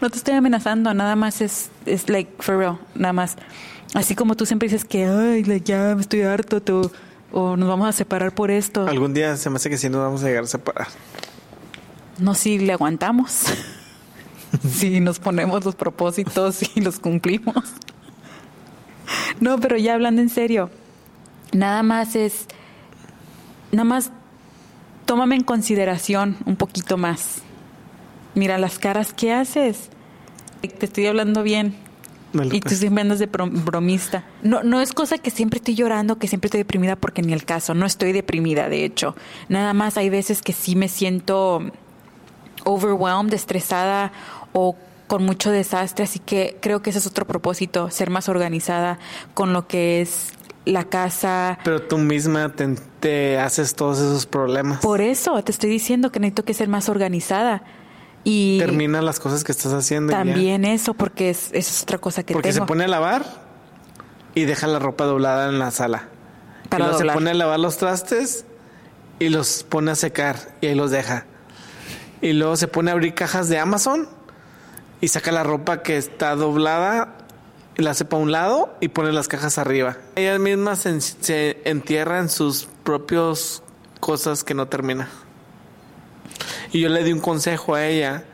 Speaker 1: no te estoy amenazando, nada más es, es like, for real, nada más. Así como tú siempre dices que, ay, like, ya me estoy harto, tú, o nos vamos a separar por esto.
Speaker 2: Algún día se me hace que si nos vamos a llegar a separar.
Speaker 1: No, si le aguantamos. Si nos ponemos los propósitos y los cumplimos. No, pero ya hablando en serio, nada más es, nada más tómame en consideración un poquito más. Mira las caras que haces. Te estoy hablando bien.
Speaker 2: Dale,
Speaker 1: y
Speaker 2: pues.
Speaker 1: tú siempre andas de brom- bromista. No, no es cosa que siempre estoy llorando, que siempre estoy deprimida, porque ni el caso, no estoy deprimida, de hecho. Nada más hay veces que sí me siento overwhelmed, estresada o con mucho desastre, así que creo que ese es otro propósito, ser más organizada con lo que es la casa.
Speaker 2: Pero tú misma te, te haces todos esos problemas.
Speaker 1: Por eso te estoy diciendo que necesito que ser más organizada y
Speaker 2: Termina las cosas que estás haciendo. y ya.
Speaker 1: también eso, porque es, eso es otra cosa que
Speaker 2: Porque
Speaker 1: tengo
Speaker 2: se pone a lavar y deja la ropa doblada en la sala.
Speaker 1: para
Speaker 2: y luego
Speaker 1: doblar.
Speaker 2: se pone a lavar los trastes y los pone a secar y ahí los deja. Y luego se pone a abrir cajas de Amazon y saca la ropa que está doblada y la hace para un lado y pone las cajas arriba. Ella misma se, en- se entierra en sus propios cosas que no termina. Y yo le di un consejo a ella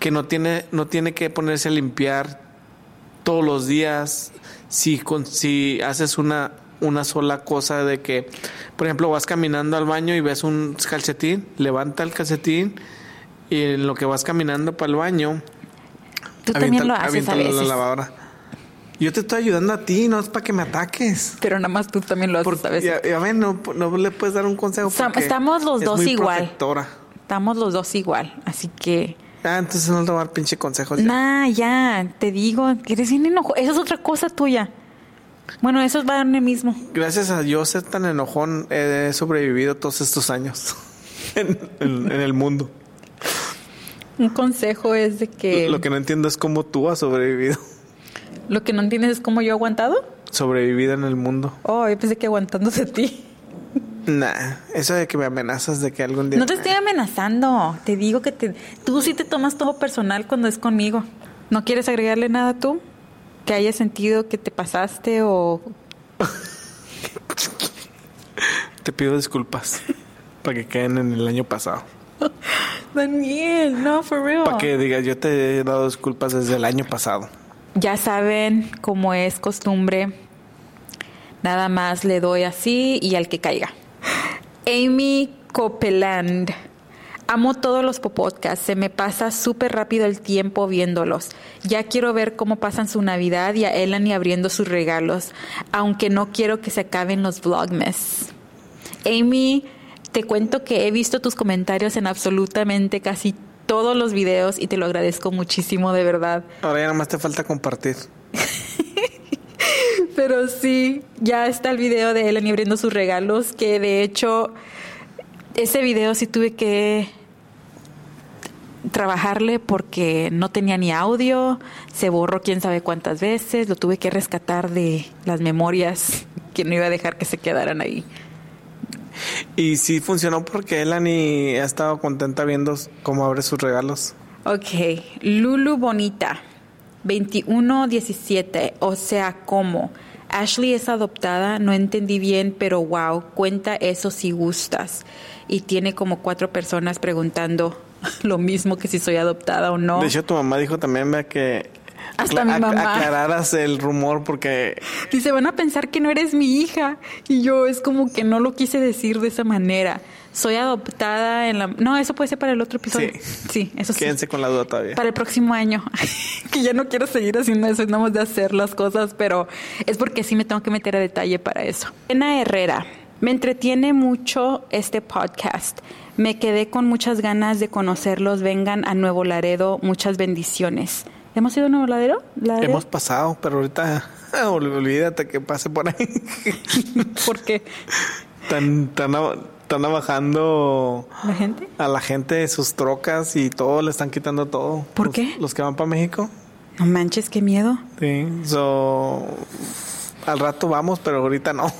Speaker 2: que no tiene, no tiene que ponerse a limpiar todos los días, si, con, si haces una, una sola cosa de que, por ejemplo, vas caminando al baño y ves un calcetín, levanta el calcetín y en lo que vas caminando para el baño,
Speaker 1: Tú también
Speaker 2: avienta-
Speaker 1: lo haces a
Speaker 2: aviéntalo en la
Speaker 1: veces,
Speaker 2: lavadora. Yo te estoy ayudando a ti, no es para que me ataques.
Speaker 1: pero nada más tú también lo haces
Speaker 2: Porque,
Speaker 1: a veces.
Speaker 2: ya, ya ven, no, no le puedes dar un consejo.
Speaker 1: Estam-
Speaker 2: porque
Speaker 1: estamos los
Speaker 2: es
Speaker 1: dos
Speaker 2: muy
Speaker 1: igual.
Speaker 2: protectora.
Speaker 1: Estamos los dos igual, así que...
Speaker 2: Ah, entonces no te voy a dar pinche consejos. Pues ya.
Speaker 1: Nah, ya, te digo, que eres bien enojo. Eso es otra cosa tuya. Bueno, eso va en el mismo.
Speaker 2: Gracias a yo ser tan enojón, he sobrevivido todos estos años en, en- en el mundo.
Speaker 1: Un consejo es de que
Speaker 2: Lo que no entiendo es cómo tú has sobrevivido.
Speaker 1: lo que no entiendes es cómo yo he aguantado.
Speaker 2: Sobrevivido en el mundo.
Speaker 1: Oh, yo pensé que aguantándose a ti.
Speaker 2: Nah, eso de que me amenazas de que algún día.
Speaker 1: No te estoy amenazando. Te digo que te, tú sí te tomas todo personal cuando es conmigo. ¿No quieres agregarle nada tú? Que haya sentido que te pasaste o
Speaker 2: Te pido disculpas para que queden en el año pasado.
Speaker 1: Daniel, no, for real.
Speaker 2: Para que digas, yo te he dado disculpas desde el año pasado.
Speaker 1: Ya saben, como es costumbre, nada más le doy así y al que caiga. Amy Copeland. Amo todos los podcasts, se me pasa súper rápido el tiempo viéndolos. Ya quiero ver cómo pasan su Navidad y a Elani abriendo sus regalos, aunque no quiero que se acaben los vlogmas. Amy, te cuento que he visto tus comentarios en absolutamente casi todos los videos y te lo agradezco muchísimo, de verdad.
Speaker 2: Ahora ya nada más te falta compartir.
Speaker 1: Pero sí, ya está el video de Eleni abriendo sus regalos, que de hecho ese video sí tuve que trabajarle porque no tenía ni audio, se borró quién sabe cuántas veces, lo tuve que rescatar de las memorias que no iba a dejar que se quedaran ahí.
Speaker 2: Y sí funcionó porque Elani ha estado contenta viendo cómo abre sus regalos.
Speaker 1: Ok, Lulu Bonita, 2117, o sea, ¿cómo? Ashley es adoptada, no entendí bien, pero wow, cuenta eso si gustas. Y tiene como cuatro personas preguntando lo mismo que si soy adoptada o no.
Speaker 2: De hecho, tu mamá dijo también ¿verdad? que
Speaker 1: Hasta mi
Speaker 2: ac-
Speaker 1: mamá.
Speaker 2: aclararas el rumor porque
Speaker 1: Dice, van a pensar que no eres mi hija. Y yo es como que no lo quise decir de esa manera. Soy adoptada en la... No, eso puede ser para el otro episodio.
Speaker 2: Sí.
Speaker 1: Sí, eso sí.
Speaker 2: quédense con la duda todavía.
Speaker 1: Para el próximo año. que ya no quiero seguir haciendo eso, nada más de hacer las cosas, pero es porque sí me tengo que meter a detalle para eso. Elena Herrera. Me entretiene mucho este podcast. Me quedé con muchas ganas de conocerlos. Vengan a Nuevo Laredo. Muchas bendiciones. ¿Hemos ido a Nuevo Laredo? ¿Laredo?
Speaker 2: Hemos pasado, pero ahorita ol- olvídate que pase por ahí.
Speaker 1: ¿Por qué?
Speaker 2: Están tan, tan bajando
Speaker 1: ¿La gente?
Speaker 2: a la gente de sus trocas y todo, le están quitando todo.
Speaker 1: ¿Por
Speaker 2: Los-
Speaker 1: qué?
Speaker 2: Los que van para México.
Speaker 1: No manches, qué miedo.
Speaker 2: Sí. So, al rato vamos, pero ahorita no.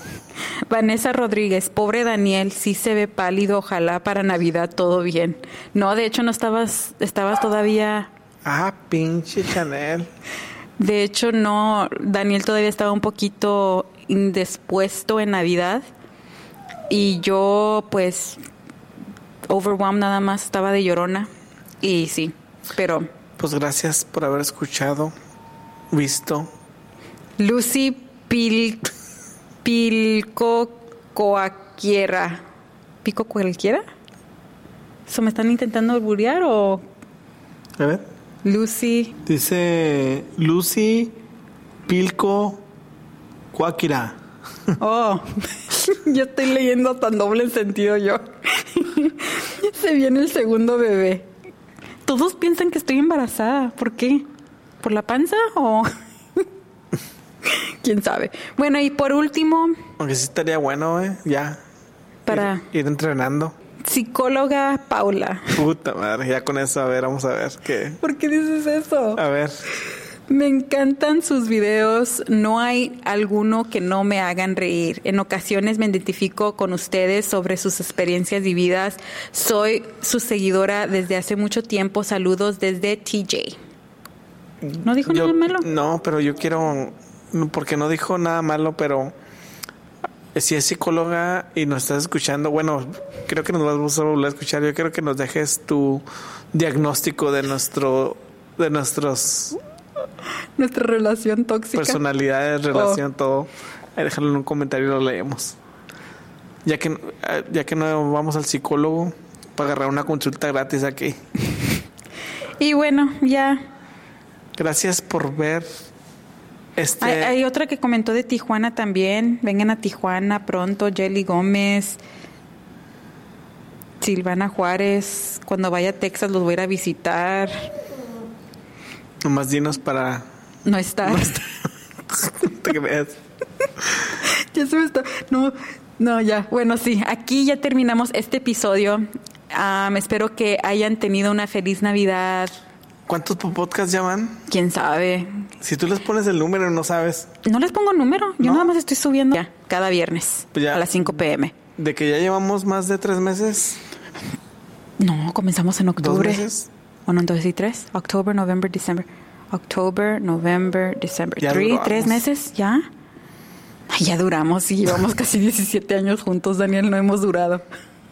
Speaker 1: Vanessa Rodríguez, pobre Daniel, sí se ve pálido, ojalá para Navidad todo bien. No, de hecho no estabas, estabas todavía,
Speaker 2: Ah, pinche Chanel.
Speaker 1: de hecho no, Daniel todavía estaba un poquito indispuesto en Navidad y yo pues overwhelmed nada más, estaba de llorona y sí, pero
Speaker 2: Pues gracias por haber escuchado, visto.
Speaker 1: Lucy Pil, Pilco Coaquiera. ¿Pico cualquiera? ¿Se me están intentando alburear o
Speaker 2: A ver.
Speaker 1: Lucy?
Speaker 2: Dice Lucy Pilco Cuáquira.
Speaker 1: Oh, yo estoy leyendo tan doble sentido yo. Se viene el segundo bebé. Todos piensan que estoy embarazada. ¿Por qué? ¿Por la panza o...? ¿Quién sabe? Bueno, y por último,
Speaker 2: Aunque sí estaría bueno, eh, ya.
Speaker 1: para
Speaker 2: Ir, ir entrenando.
Speaker 1: psicóloga Paula.
Speaker 2: Puta madre, ya con eso, a ver, vamos a ver qué.
Speaker 1: ¿Por qué dices eso?
Speaker 2: A ver.
Speaker 1: Me encantan sus videos, no hay alguno que no me hagan reír. En ocasiones me identifico con ustedes sobre sus experiencias vividas. Soy su seguidora desde hace mucho tiempo. Saludos desde TJ. ¿No dijo
Speaker 2: yo-
Speaker 1: nada malo?
Speaker 2: No, pero yo quiero. Porque no dijo nada malo, pero. eh, Si es psicóloga y nos estás escuchando, bueno, creo que nos vas a volver a escuchar. Yo quiero que nos dejes tu diagnóstico de nuestro. de nuestras
Speaker 1: Nuestra relación tóxica.
Speaker 2: personalidades, relación, todo. Ahí déjalo en un comentario y lo leemos. Ya que, eh, ya que no vamos al psicólogo para agarrar una consulta gratis aquí.
Speaker 1: Y bueno, ya.
Speaker 2: Gracias por ver este.
Speaker 1: Hay, hay otra que comentó de Tijuana también. Vengan a Tijuana pronto. Jelly Gómez. Silvana Juárez. Cuando vaya a Texas los voy a ir a visitar.
Speaker 2: Nomás dinos para.
Speaker 1: No está.
Speaker 2: te creas.
Speaker 1: Ya se me está. No, no, ya. Bueno, sí, aquí ya terminamos este episodio. Am, espero que hayan tenido una feliz Navidad.
Speaker 2: ¿Cuántos po- podcasts ya van?
Speaker 1: Quién sabe.
Speaker 2: Si tú les pones el número, no sabes.
Speaker 1: No les pongo número. Yo
Speaker 2: No.
Speaker 1: nada más estoy subiendo ya, cada viernes
Speaker 2: Pues ya.
Speaker 1: a las 5 pm.
Speaker 2: De que ya llevamos más de tres meses.
Speaker 1: No, comenzamos en octubre.
Speaker 2: meses?
Speaker 1: Uno, dos y tres. October, November, December. October, November, December.
Speaker 2: Ya
Speaker 1: Three,
Speaker 2: duramos.
Speaker 1: tres meses, ya. Ay, ya duramos y llevamos casi 17 años juntos, Daniel. No hemos durado.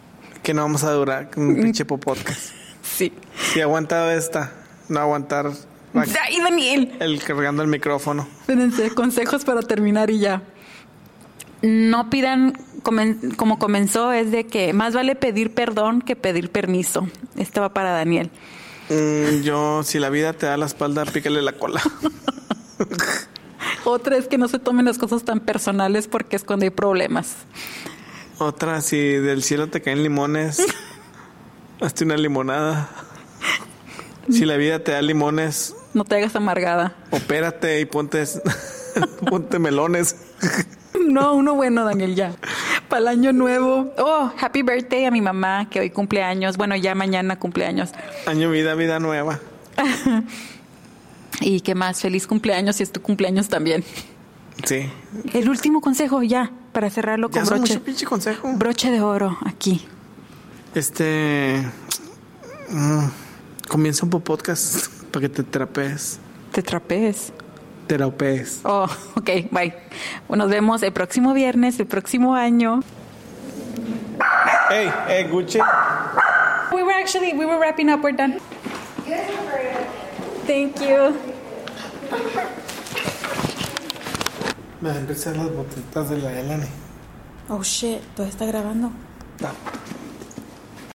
Speaker 2: Que no vamos a durar con un pinche po- podcast.
Speaker 1: Sí.
Speaker 2: Si he aguantado esta, no aguantar la-
Speaker 1: Ay, Daniel.
Speaker 2: el cargando el micrófono.
Speaker 1: Espérense, consejos para terminar y ya. No pidan, comen- como comenzó, es de que más vale pedir perdón que pedir permiso. Este va para Daniel.
Speaker 2: Mm, yo, si la vida te da la espalda, pícale la cola.
Speaker 1: Otra es que no se tomen las cosas tan personales porque es cuando hay problemas.
Speaker 2: Otra, si del cielo te caen limones, hazte una limonada. Si la vida te da limones,
Speaker 1: No te hagas amargada.
Speaker 2: opérate y ponte, ponte melones.
Speaker 1: No, uno bueno, Daniel, ya. Para el año nuevo. Oh, happy birthday a mi mamá que hoy cumpleaños. Bueno, ya mañana cumpleaños.
Speaker 2: Año vida, vida nueva.
Speaker 1: Y qué más, feliz cumpleaños y es tu cumpleaños también.
Speaker 2: Sí.
Speaker 1: El último consejo ya, para cerrarlo con
Speaker 2: Ya son
Speaker 1: broche.
Speaker 2: mucho pinche consejo.
Speaker 1: Broche de oro aquí.
Speaker 2: Este. mm, comienza un po- podcast para que te trapees.
Speaker 1: Te trapees.
Speaker 2: Teropees.
Speaker 1: Oh, ok, bye. Nos vemos el próximo viernes, el próximo año.
Speaker 2: Hey, hey, Gucci.
Speaker 1: We were actually, we were wrapping up, we're done. Thank you.
Speaker 2: Me van a empezar las botitas de la Elane.
Speaker 1: Oh shit, todavía está grabando.
Speaker 2: No.